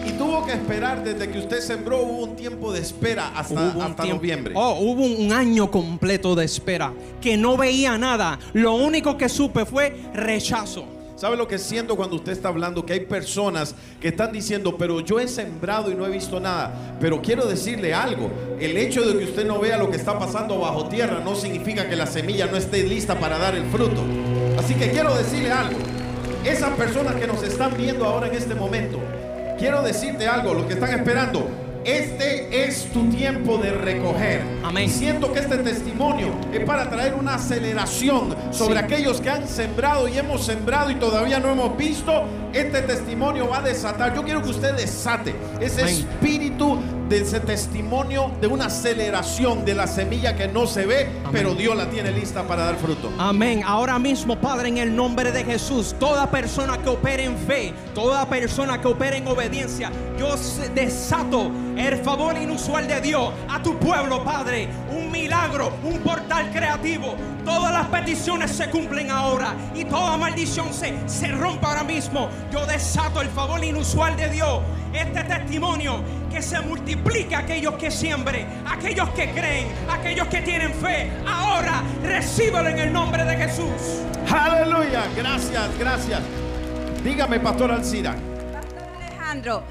Y tuvo que esperar desde que usted sembró, hubo un tiempo de espera hasta, Hubo un Ah, hasta tiempo- noviembre. Oh, hubo un un año completo de espera que no veía nada. Lo único que supe fue rechazo. ¿Sabe lo que siento cuando usted está hablando? Que hay personas que están diciendo, pero yo he sembrado y no he visto nada. Pero quiero decirle algo, el hecho de que usted no vea lo que está pasando bajo tierra no significa que la semilla no esté lista para dar el fruto. Así que quiero decirle algo, esas personas que nos están viendo ahora en este momento, quiero decirte algo, los que están esperando, este es tu tiempo de recoger. Amén. Y Siento que este testimonio es para traer una aceleración sobre Sí. aquellos que han sembrado y hemos sembrado y todavía no hemos visto. Este testimonio va a desatar. Yo quiero que usted desate ese Amén. espíritu de ese testimonio de una aceleración de la semilla que no se ve, pero Dios la tiene lista para dar fruto. Amén. Ahora mismo, Padre, en el nombre de Jesús, toda persona que opere en fe, toda persona que opere en obediencia, yo se- desato el favor inusual de Dios a tu pueblo, Padre. Un milagro, un portal creativo. Todas las peticiones se cumplen ahora y toda maldición se, se rompe ahora mismo. Yo desato el favor inusual de Dios. Este testimonio que se multiplique a aquellos que siembren, a aquellos que creen, a aquellos que tienen fe. Ahora recíbelo en el nombre de Jesús. Aleluya. Gracias, gracias. Dígame, Pastor Alcira. Alejandro,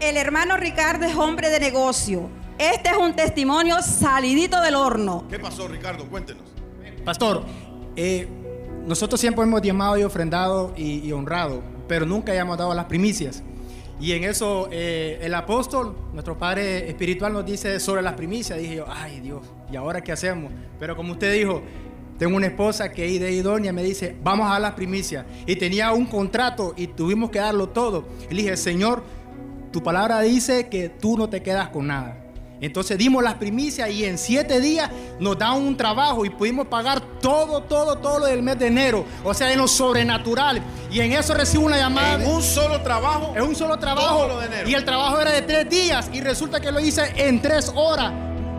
el hermano Ricardo es hombre de negocio. Este es un testimonio salidito del horno. ¿Qué pasó, Ricardo? Cuéntenos. Pastor, eh, nosotros siempre hemos diezmado y ofrendado y, y honrado, pero nunca hayamos dado las primicias. Y en eso eh, el apóstol, nuestro padre espiritual, nos dice sobre las primicias. Dije yo, ay Dios, ¿y ahora qué hacemos? Pero como usted dijo, tengo una esposa que es de idónea, me dice, vamos a dar las primicias. Y tenía un contrato y tuvimos que darlo todo. Y le dije, Señor, tu palabra dice que tú no te quedas con nada. Entonces dimos las primicias y en siete días nos dan un trabajo y pudimos pagar todo, todo, todo lo del mes de enero. O sea, en lo sobrenatural. Y en eso recibo una llamada. En de- un solo trabajo. es un solo trabajo. Todo lo de enero. Y el trabajo era de tres días. Y resulta que lo hice en tres horas.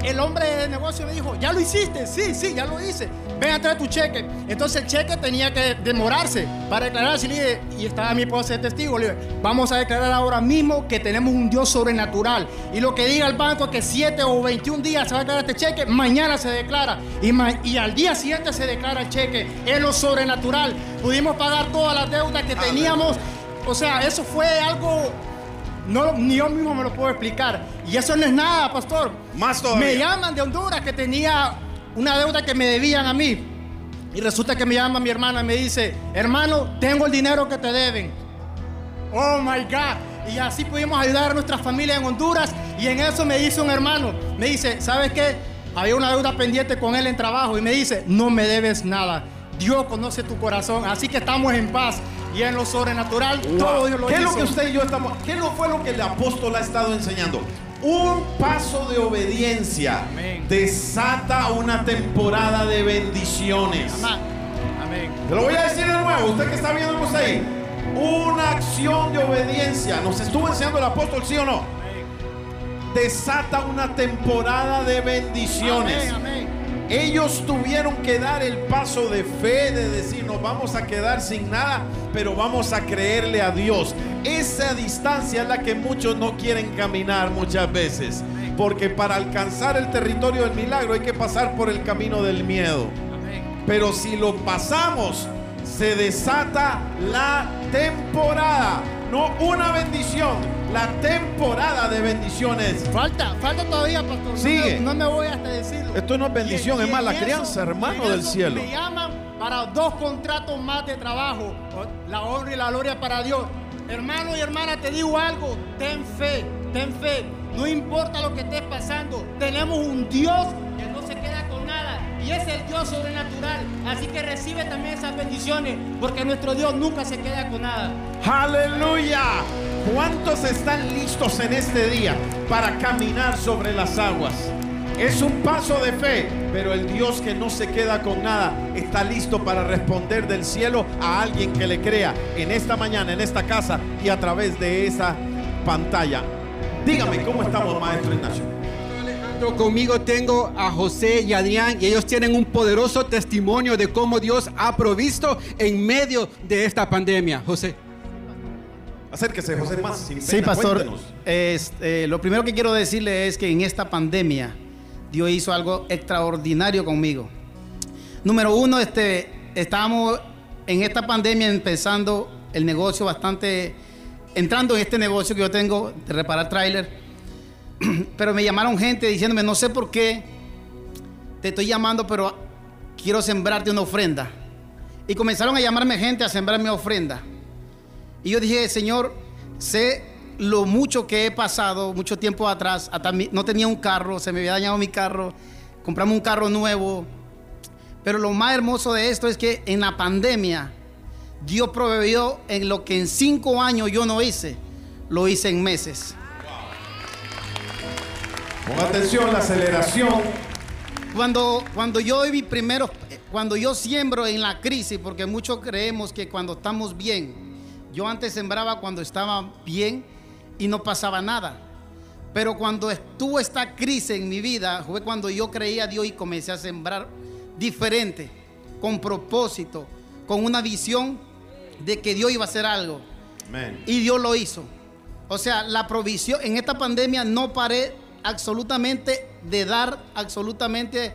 El hombre de negocio me dijo, ¿ya lo hiciste? Sí, sí, ya lo hice. Ven a traer tu cheque. Entonces el cheque tenía que demorarse para declararse. Y, le dije- y estaba mi esposa de testigo. Le dije, vamos a declarar ahora mismo que tenemos un Dios sobrenatural. Y lo que diga el banco que 7 o 21 días se va a declarar este cheque, mañana se declara. Y, ma- y al día siguiente se declara el cheque. Es lo sobrenatural. Pudimos pagar todas las deudas que teníamos. O sea, eso fue algo. No, ni yo mismo me lo puedo explicar. Y eso no es nada, pastor. Más todavía. Me llaman de Honduras que tenía una deuda que me debían a mí. Y resulta que me llama mi hermana y me dice, hermano, tengo el dinero que te deben. Oh my God. Y así pudimos ayudar a nuestra familia en Honduras. Y en eso me dice un hermano, me dice, ¿sabes qué? Había una deuda pendiente con él en trabajo y me dice, no me debes nada. Dios conoce tu corazón, así que estamos en paz. Y en lo sobrenatural, todo Dios lo ¿Qué es lo hizo. que usted y yo estamos? ¿Qué lo fue lo que el apóstol ha estado enseñando? Un paso de obediencia desata una temporada de bendiciones. Amén. Amén. Te lo voy a decir de nuevo, usted que está viéndonos ahí. Una acción de obediencia. ¿Nos estuvo enseñando el apóstol, sí o no? Desata una temporada de bendiciones. Amén, amén. Ellos tuvieron que dar el paso de fe, de decir, nos vamos a quedar sin nada, pero vamos a creerle a Dios. Esa distancia es la que muchos no quieren caminar muchas veces, porque para alcanzar el territorio del milagro hay que pasar por el camino del miedo. Pero si lo pasamos, se desata la temporada, no una bendición, la temporada de bendiciones. Falta, falta todavía, pastor. No me- Sigue. No, me voy hasta decirlo. Esto no es bendición, es más, la crianza, hermano en del eso cielo. Me llaman para dos contratos más de trabajo. La honra y la gloria para Dios. Hermano y hermana, te digo algo. Ten fe, ten fe. No importa lo que estés pasando. Tenemos un Dios que no se queda con nada. Y es el Dios sobrenatural. Así que recibe también esas bendiciones. Porque nuestro Dios nunca se queda con nada. Aleluya. ¿Cuántos están listos en este día para caminar sobre las aguas? Es un paso de fe, pero el Dios que no se queda con nada está listo para responder del cielo a alguien que le crea en esta mañana, en esta casa y a través de esa pantalla. Dígame, ¿cómo estamos, maestro Ignacio? Alejandro, Conmigo tengo a José y Adrián y ellos tienen un poderoso testimonio de cómo Dios ha provisto en medio de esta pandemia. José. Acérquese, José, más. sin pena, Sí, pastor. cuéntenos. Es, eh, lo primero que quiero decirle es que en esta pandemia Dios hizo algo extraordinario conmigo. Número uno, este, estábamos en esta pandemia empezando el negocio bastante, entrando en este negocio que yo tengo de reparar tráiler. Pero me llamaron gente diciéndome, no sé por qué te estoy llamando, pero quiero sembrarte una ofrenda. Y comenzaron a llamarme gente a sembrarme ofrenda. Y yo dije, Señor, sé lo mucho que he pasado, mucho tiempo atrás, hasta mi- no tenía un carro, se me había dañado mi carro, compramos un carro nuevo. Pero lo más hermoso de esto es que en la pandemia, Dios proveyó en lo que en cinco años yo no hice, lo hice en meses. Con atención, la aceleración. Cuando, cuando yo doy mis primeros, cuando yo siembro en la crisis, porque muchos creemos que cuando estamos bien, yo antes sembraba cuando estaba bien y no pasaba nada. Pero cuando estuvo esta crisis en mi vida, fue cuando yo creí a Dios y comencé a sembrar diferente, con propósito, con una visión de que Dios iba a hacer algo. Amén. Y Dios lo hizo. O sea, la provisión en esta pandemia no paré absolutamente de dar, absolutamente,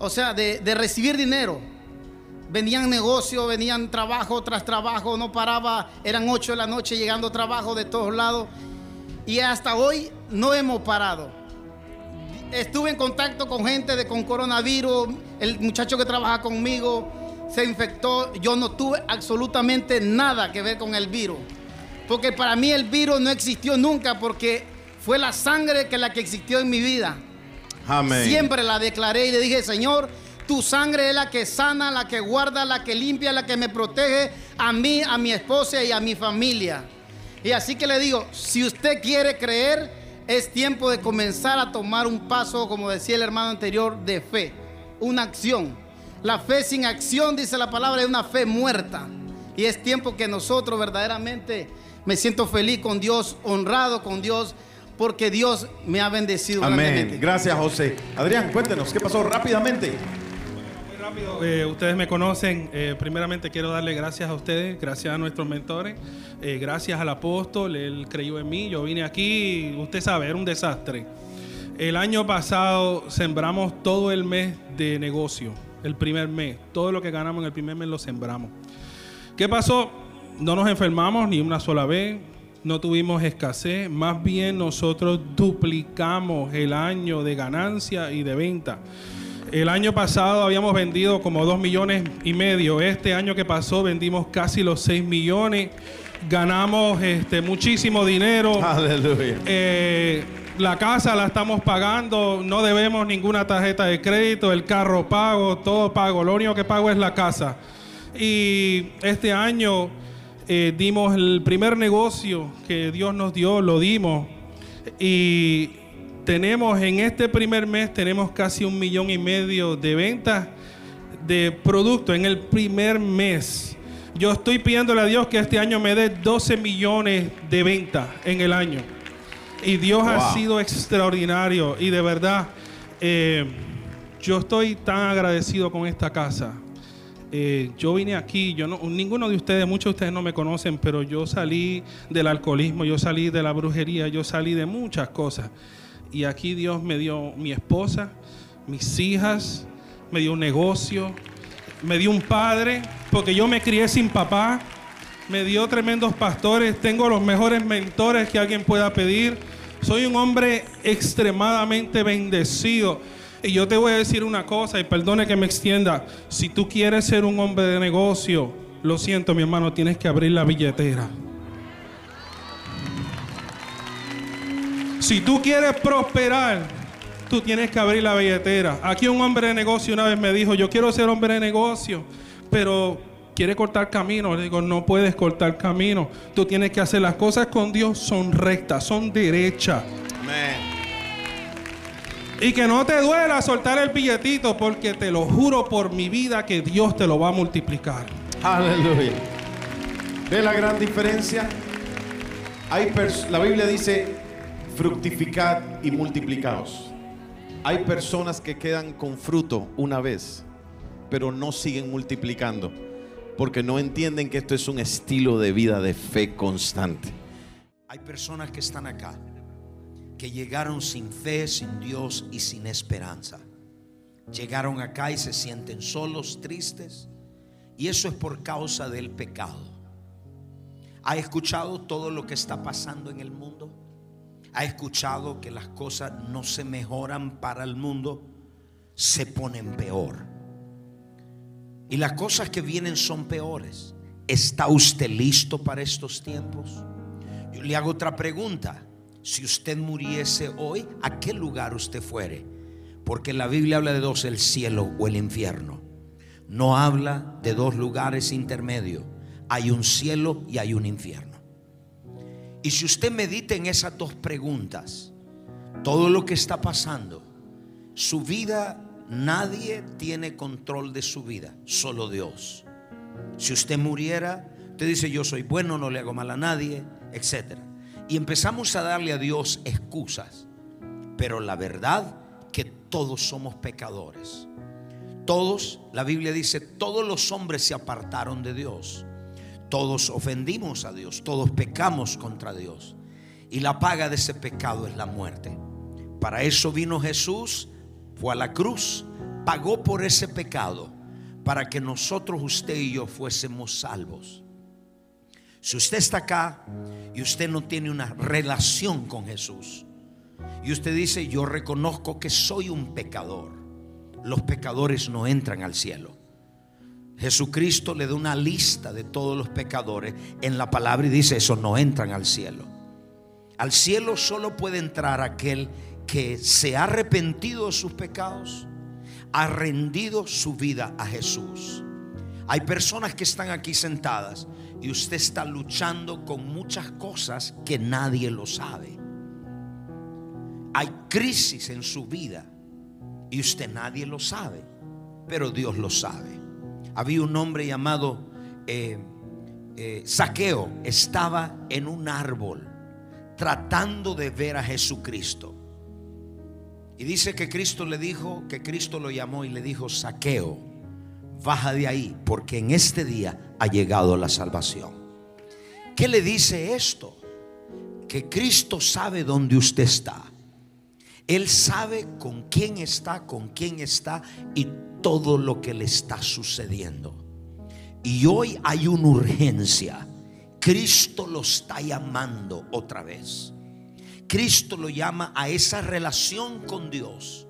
o sea, de, de recibir dinero. Venían negocios, venían trabajo tras trabajo, no paraba, eran 8 de la noche llegando trabajo de todos lados. Y hasta hoy no hemos parado. estuve en contacto con gente de, con coronavirus, el muchacho que trabaja conmigo se infectó, yo no tuve absolutamente nada que ver con el virus. Porque para mí el virus no existió nunca porque fue la sangre que la que existió en mi vida. Amén. Siempre la declaré y le dije, Señor, tu sangre es la que sana, la que guarda, la que limpia, la que me protege a mí, a mi esposa y a mi familia. Y así que le digo, si usted quiere creer, es tiempo de comenzar a tomar un paso, como decía el hermano anterior, de fe, una acción. La fe sin acción, dice la palabra, es una fe muerta. Y es tiempo que nosotros verdaderamente me siento feliz con Dios, honrado con Dios, porque Dios me ha bendecido. Amén. grandemente. Gracias, José. Adrián, cuéntenos, ¿qué pasó rápidamente? Muy rápido, eh, ustedes me conocen. Eh, primeramente quiero darle gracias a ustedes, gracias a nuestros mentores, eh, gracias al apóstol, él creyó en mí, yo vine aquí, y usted sabe, era un desastre. El año pasado sembramos todo el mes de negocio, el primer mes, todo lo que ganamos en el primer mes lo sembramos. ¿Qué pasó? No nos enfermamos ni una sola vez, no tuvimos escasez, más bien nosotros duplicamos el año de ganancia y de venta. El año pasado habíamos vendido como 2 millones y medio. Este año que pasó vendimos casi los 6 millones. Ganamos este, muchísimo dinero. Aleluya. Eh, la casa la estamos pagando, no debemos ninguna tarjeta de crédito, el carro pago, todo pago. Lo único que pago es la casa. Y este año eh, dimos el primer negocio que Dios nos dio, lo dimos. Y tenemos en este primer mes, tenemos casi un millón y medio de ventas de producto en el primer mes. Yo estoy pidiéndole a Dios que este año me dé 12 millones de ventas en el año. Y Dios ha Wow. sido extraordinario. Y de verdad, eh, yo estoy tan agradecido con esta casa. Eh, yo vine aquí, yo no, ninguno de ustedes, muchos de ustedes no me conocen, pero yo salí del alcoholismo, yo salí de la brujería, yo salí de muchas cosas. Y aquí Dios me dio mi esposa, mis hijas, me dio un negocio, me dio un padre, porque yo me crié sin papá, me dio tremendos pastores, tengo los mejores mentores que alguien pueda pedir. Soy un hombre extremadamente bendecido. Y yo te voy a decir una cosa, y perdone que me extienda, si tú quieres ser un hombre de negocio, lo siento mi hermano, tienes que abrir la billetera. Si tú quieres prosperar, tú tienes que abrir la billetera. Aquí un hombre de negocio una vez me dijo, yo quiero ser hombre de negocio, pero quiere cortar camino. Le digo, no puedes cortar camino. Tú tienes que hacer las cosas con Dios, son rectas, son derechas. Amén. Y que no te duela soltar el billetito, porque te lo juro por mi vida que Dios te lo va a multiplicar. Aleluya. ¿Ve la gran diferencia? Hay pers- la Biblia dice, fructificad y multiplicaos. Hay personas que quedan con fruto una vez, pero no siguen multiplicando, porque no entienden que esto es un estilo de vida de fe constante. Hay personas que están acá, que llegaron sin fe, sin Dios y sin esperanza. Llegaron acá y se sienten solos, tristes, y eso es por causa del pecado. ¿Ha escuchado todo lo que está pasando en el mundo? ¿Ha escuchado que las cosas no se mejoran para el mundo? Se ponen peor. Y las cosas que vienen son peores. ¿Está usted listo para estos tiempos? Yo le hago otra pregunta. Si usted muriese hoy, ¿a qué lugar usted fuere? Porque la Biblia habla de dos, el cielo o el infierno. No habla de dos lugares intermedios. Hay un cielo y hay un infierno. Y si usted medita en esas dos preguntas, todo lo que está pasando, su vida, nadie tiene control de su vida, solo Dios. Si usted muriera, usted dice yo soy bueno, no le hago mal a nadie, etc. Y empezamos a darle a Dios excusas. Pero la verdad que todos somos pecadores. Todos, la Biblia dice, todos los hombres se apartaron de Dios. Todos ofendimos a Dios, todos pecamos contra Dios. Y la paga de ese pecado es la muerte. Para eso vino Jesús, fue a la cruz, pagó por ese pecado, para que nosotros, usted y yo, fuésemos salvos. Si usted está acá y usted no tiene una relación con Jesús, Y usted dice, yo reconozco que soy un pecador. Los pecadores no entran al cielo. Jesucristo le da una lista de todos los pecadores en la palabra y dice, esos no entran al cielo. Al cielo solo puede entrar aquel que se ha arrepentido de sus pecados, ha rendido su vida a Jesús. Hay personas que están aquí sentadas y usted está luchando con muchas cosas que nadie lo sabe. Hay crisis en su vida y usted nadie lo sabe, pero Dios lo sabe. Había un hombre llamado eh, eh, Saqueo, estaba en un árbol tratando de ver a Jesucristo. Y dice que Cristo le dijo, que Cristo lo llamó y le dijo, Saqueo, baja de ahí, porque en este día ha llegado la salvación. ¿Qué le dice esto? Que Cristo sabe dónde usted está. Él sabe con quién está, con quién está y todo lo que le está sucediendo. Y hoy hay una urgencia. Cristo lo está llamando otra vez. Cristo lo llama a esa relación con Dios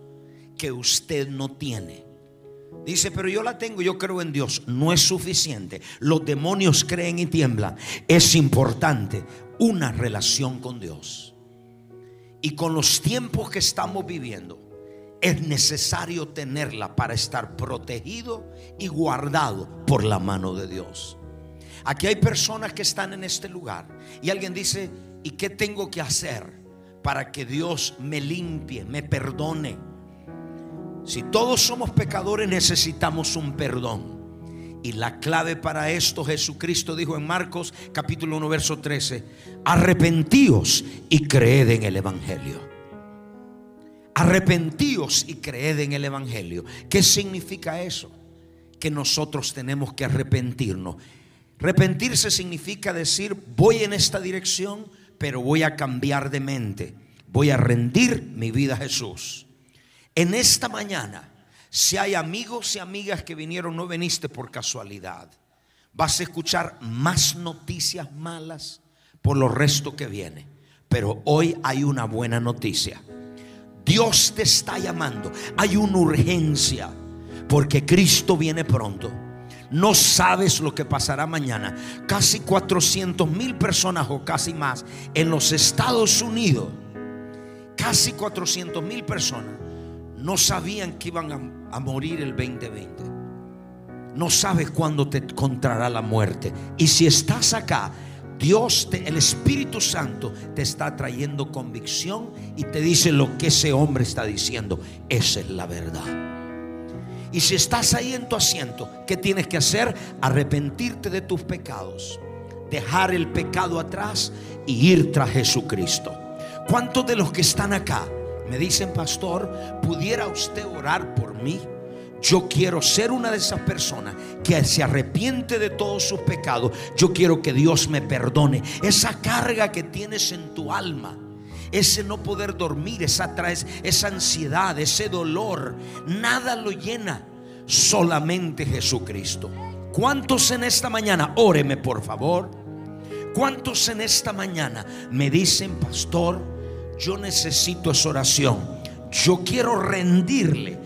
que usted no tiene. Dice, pero yo la tengo, yo creo en Dios. No es suficiente. Los demonios creen y tiemblan. Es importante una relación con Dios. Y con los tiempos que estamos viviendo, es necesario tenerla para estar protegido y guardado por la mano de Dios. Aquí hay personas que están en este lugar y alguien dice, ¿y qué tengo que hacer para que Dios me limpie, me perdone? Si todos somos pecadores necesitamos un perdón. Y la clave para esto Jesucristo dijo en Marcos capítulo 1 verso 13, arrepentíos y creed en el Evangelio. Arrepentíos y creed en el Evangelio. ¿Qué significa eso? Que nosotros tenemos que arrepentirnos. Arrepentirse significa decir, voy en esta dirección, pero voy a cambiar de mente. Voy a rendir mi vida a Jesús. En esta mañana, si hay amigos y amigas que vinieron, no viniste por casualidad. Vas a escuchar más noticias malas por lo resto que viene. Pero hoy hay una buena noticia. Dios te está llamando. Hay una urgencia porque Cristo viene pronto. No sabes lo que pasará mañana. Casi 400 mil personas o casi más en los Estados Unidos. Casi 400 mil personas no sabían que iban a, a, morir el 2020. No sabes cuándo te encontrará la muerte. Y si estás acá, Dios, te, el Espíritu Santo, te está trayendo convicción y te dice lo que ese hombre está diciendo. Esa es la verdad. Y si estás ahí en tu asiento, ¿qué tienes que hacer? Arrepentirte de tus pecados, dejar el pecado atrás y ir tras Jesucristo. ¿Cuántos de los que están acá me dicen, pastor, pudiera usted orar por mí? Yo quiero ser una de esas personas que se arrepiente de todos sus pecados. Yo quiero que Dios me perdone. Esa carga que tienes en tu alma ese no poder dormir, esa, esa ansiedad, ese dolor, nada lo llena, solamente Jesucristo. ¿Cuántos en esta mañana, óreme por favor? ¿Cuántos en esta mañana me dicen, pastor, yo necesito esa oración? Yo quiero rendirle,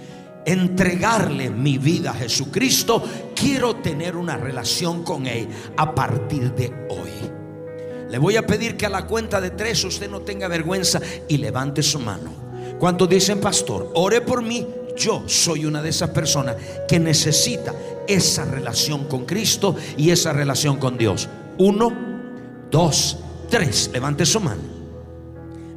entregarle mi vida a Jesucristo. Quiero tener una relación con Él a partir de hoy. Le voy a pedir que a la cuenta de tres usted no tenga vergüenza y levante su mano. Cuando dicen, pastor, ore por mí, yo soy una de esas personas que necesita esa relación con Cristo y esa relación con Dios. Uno, dos, tres. Levante su mano.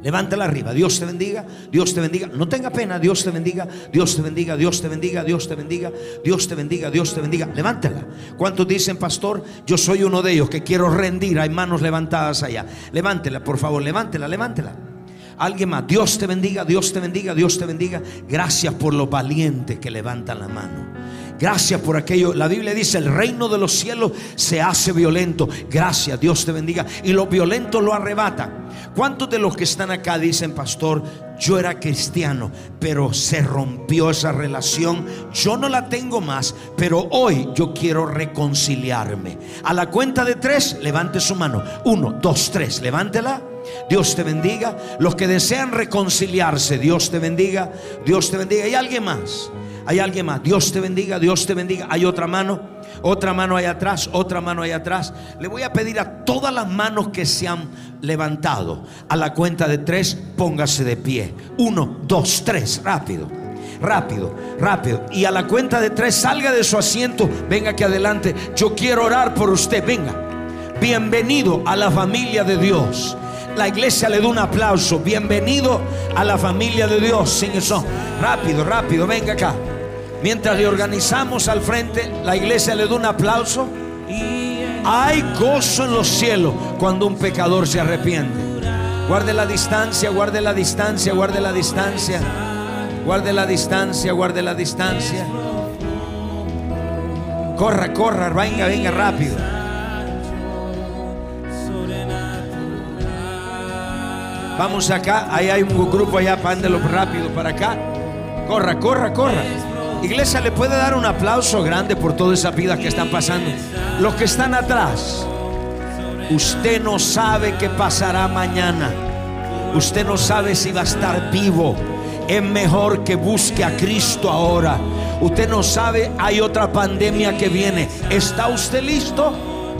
Levántala arriba. Dios te bendiga. Dios te bendiga. No tenga pena. Dios te bendiga. Dios te bendiga. Dios te bendiga. Dios te bendiga. Dios te bendiga. Dios te bendiga. Levántala. ¿Cuántos dicen, pastor? Yo soy uno de ellos que quiero rendir. Hay manos levantadas allá. Levántela, por favor. Levántela, levántela. Alguien más. Dios te bendiga. Dios te bendiga. Dios te bendiga. Gracias por los valientes que levantan la mano. Gracias por aquello. La Biblia dice, el reino de los cielos se hace violento. Gracias, Dios te bendiga. Y los violentos lo arrebatan. ¿Cuántos de los que están acá dicen, pastor, yo era cristiano, pero se rompió esa relación? Yo no la tengo más, pero hoy yo quiero reconciliarme. A la cuenta de tres, levante su mano. Uno, dos, tres, levántela. Dios te bendiga. Los que desean reconciliarse, Dios te bendiga. Dios te bendiga. ¿Hay alguien más? ¿Hay alguien más? Dios te bendiga, Dios te bendiga. Hay otra mano. Otra mano allá atrás, otra mano allá atrás. Le voy a pedir a todas las manos que se han levantado a la cuenta de tres, póngase de pie. Uno, dos, tres, rápido rápido, rápido. Y a la cuenta de tres, salga de su asiento, venga aquí adelante. Yo quiero orar por usted, venga. Bienvenido a la familia de Dios. La iglesia le da un aplauso. Bienvenido a la familia de Dios, sin son. Rápido, rápido, venga acá. Mientras le organizamos al frente, la iglesia le da un aplauso. Hay gozo en los cielos cuando un pecador se arrepiente. Guarde la distancia, guarde la distancia, guarde la distancia. Guarde la distancia, guarde la distancia. Corra, corra, venga, venga rápido. Vamos acá, ahí hay un grupo allá, pándelo rápido para acá. Corra, corra, corra. Iglesia, le puede dar un aplauso grande por todas esas vidas que están pasando. Los que están atrás, usted no sabe qué pasará mañana. Usted no sabe si va a estar vivo es mejor que busque a Cristo ahora. Usted no sabe, hay otra pandemia que viene. ¿Está usted listo?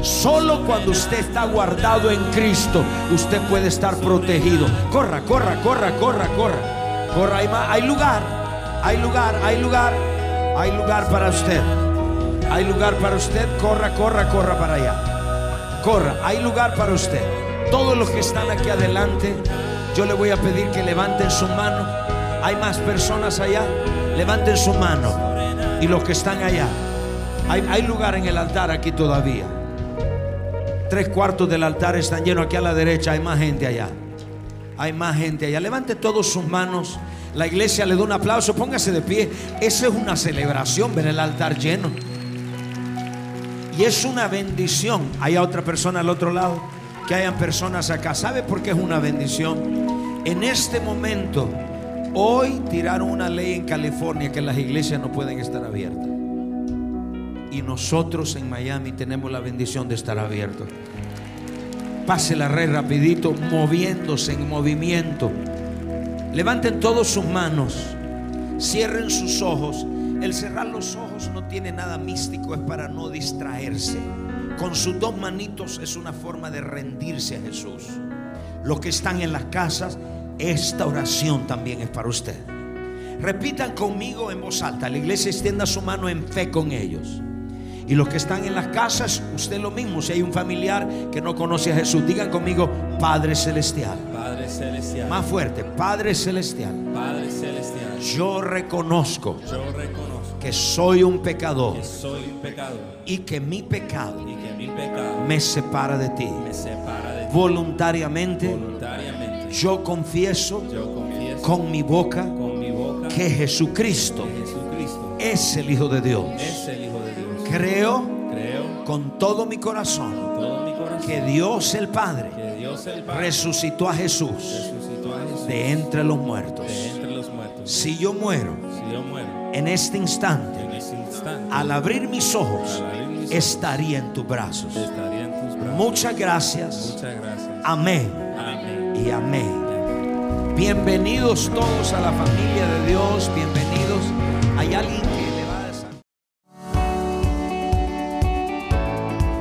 Solo cuando usted está guardado en Cristo, usted puede estar protegido. Corra, corra, corra, corra, corra. Corra, hay, más. hay lugar, hay lugar, hay lugar, hay lugar para usted. Hay lugar para usted. Corra, corra, corra para allá. Corra, hay lugar para usted. Todos los que están aquí adelante, yo le voy a pedir que levanten su mano. Hay más personas allá. Levanten su mano. Y los que están allá. Hay, hay, lugar en el altar aquí todavía. Tres cuartos del altar están llenos. Aquí a la derecha hay más gente allá. Hay más gente allá. Levante todos sus manos. La iglesia le da un aplauso. Póngase de pie. Esa es una celebración ver el altar lleno. Y es una bendición. Hay otra persona al otro lado. Que hayan personas acá. ¿Sabe por qué es una bendición? En este momento. Hoy tiraron una ley en California que las iglesias no pueden estar abiertas. Y nosotros en Miami tenemos la bendición de estar abiertos. Pase la red rapidito, moviéndose en movimiento. Levanten todos sus manos, cierren sus ojos. El cerrar los ojos no tiene nada místico, es para no distraerse. Con sus dos manitos es una forma de rendirse a Jesús. Los que están en las casas, esta oración también es para usted. Repitan conmigo en voz alta. La iglesia extienda su mano en fe con ellos. Y los que están en las casas, usted lo mismo. Si hay un familiar que no conoce a Jesús, digan conmigo, Padre Celestial. Padre Celestial. Más fuerte, Padre Celestial. Padre Celestial. Yo reconozco. Yo reconozco. Que soy un pecador. Que soy un pecador. Y que mi pecado. Y que mi pecado. Me separa de ti. Me separa de ti. Voluntariamente. Voluntariamente. Yo confieso, Yo confieso con, mi boca, con mi boca que, Jesucristo que Jesucristo es el Hijo de Dios. Es el Hijo de Dios. Creo, Creo con, todo mi corazón, con todo mi corazón que Dios el Padre, que Dios el Padre resucitó, a Jesús, resucitó a Jesús de, entre los muertos. de entre los muertos. Si yo muero, si yo muero en, este instante, en este instante, al abrir mis ojos, al abrir mis ojos, estaría en tus brazos. estaría en tus brazos. Muchas gracias. Muchas gracias. Amén Amén. y amén. Bienvenidos todos a la familia de Dios, bienvenidos. Hay alguien que le va a desamparar.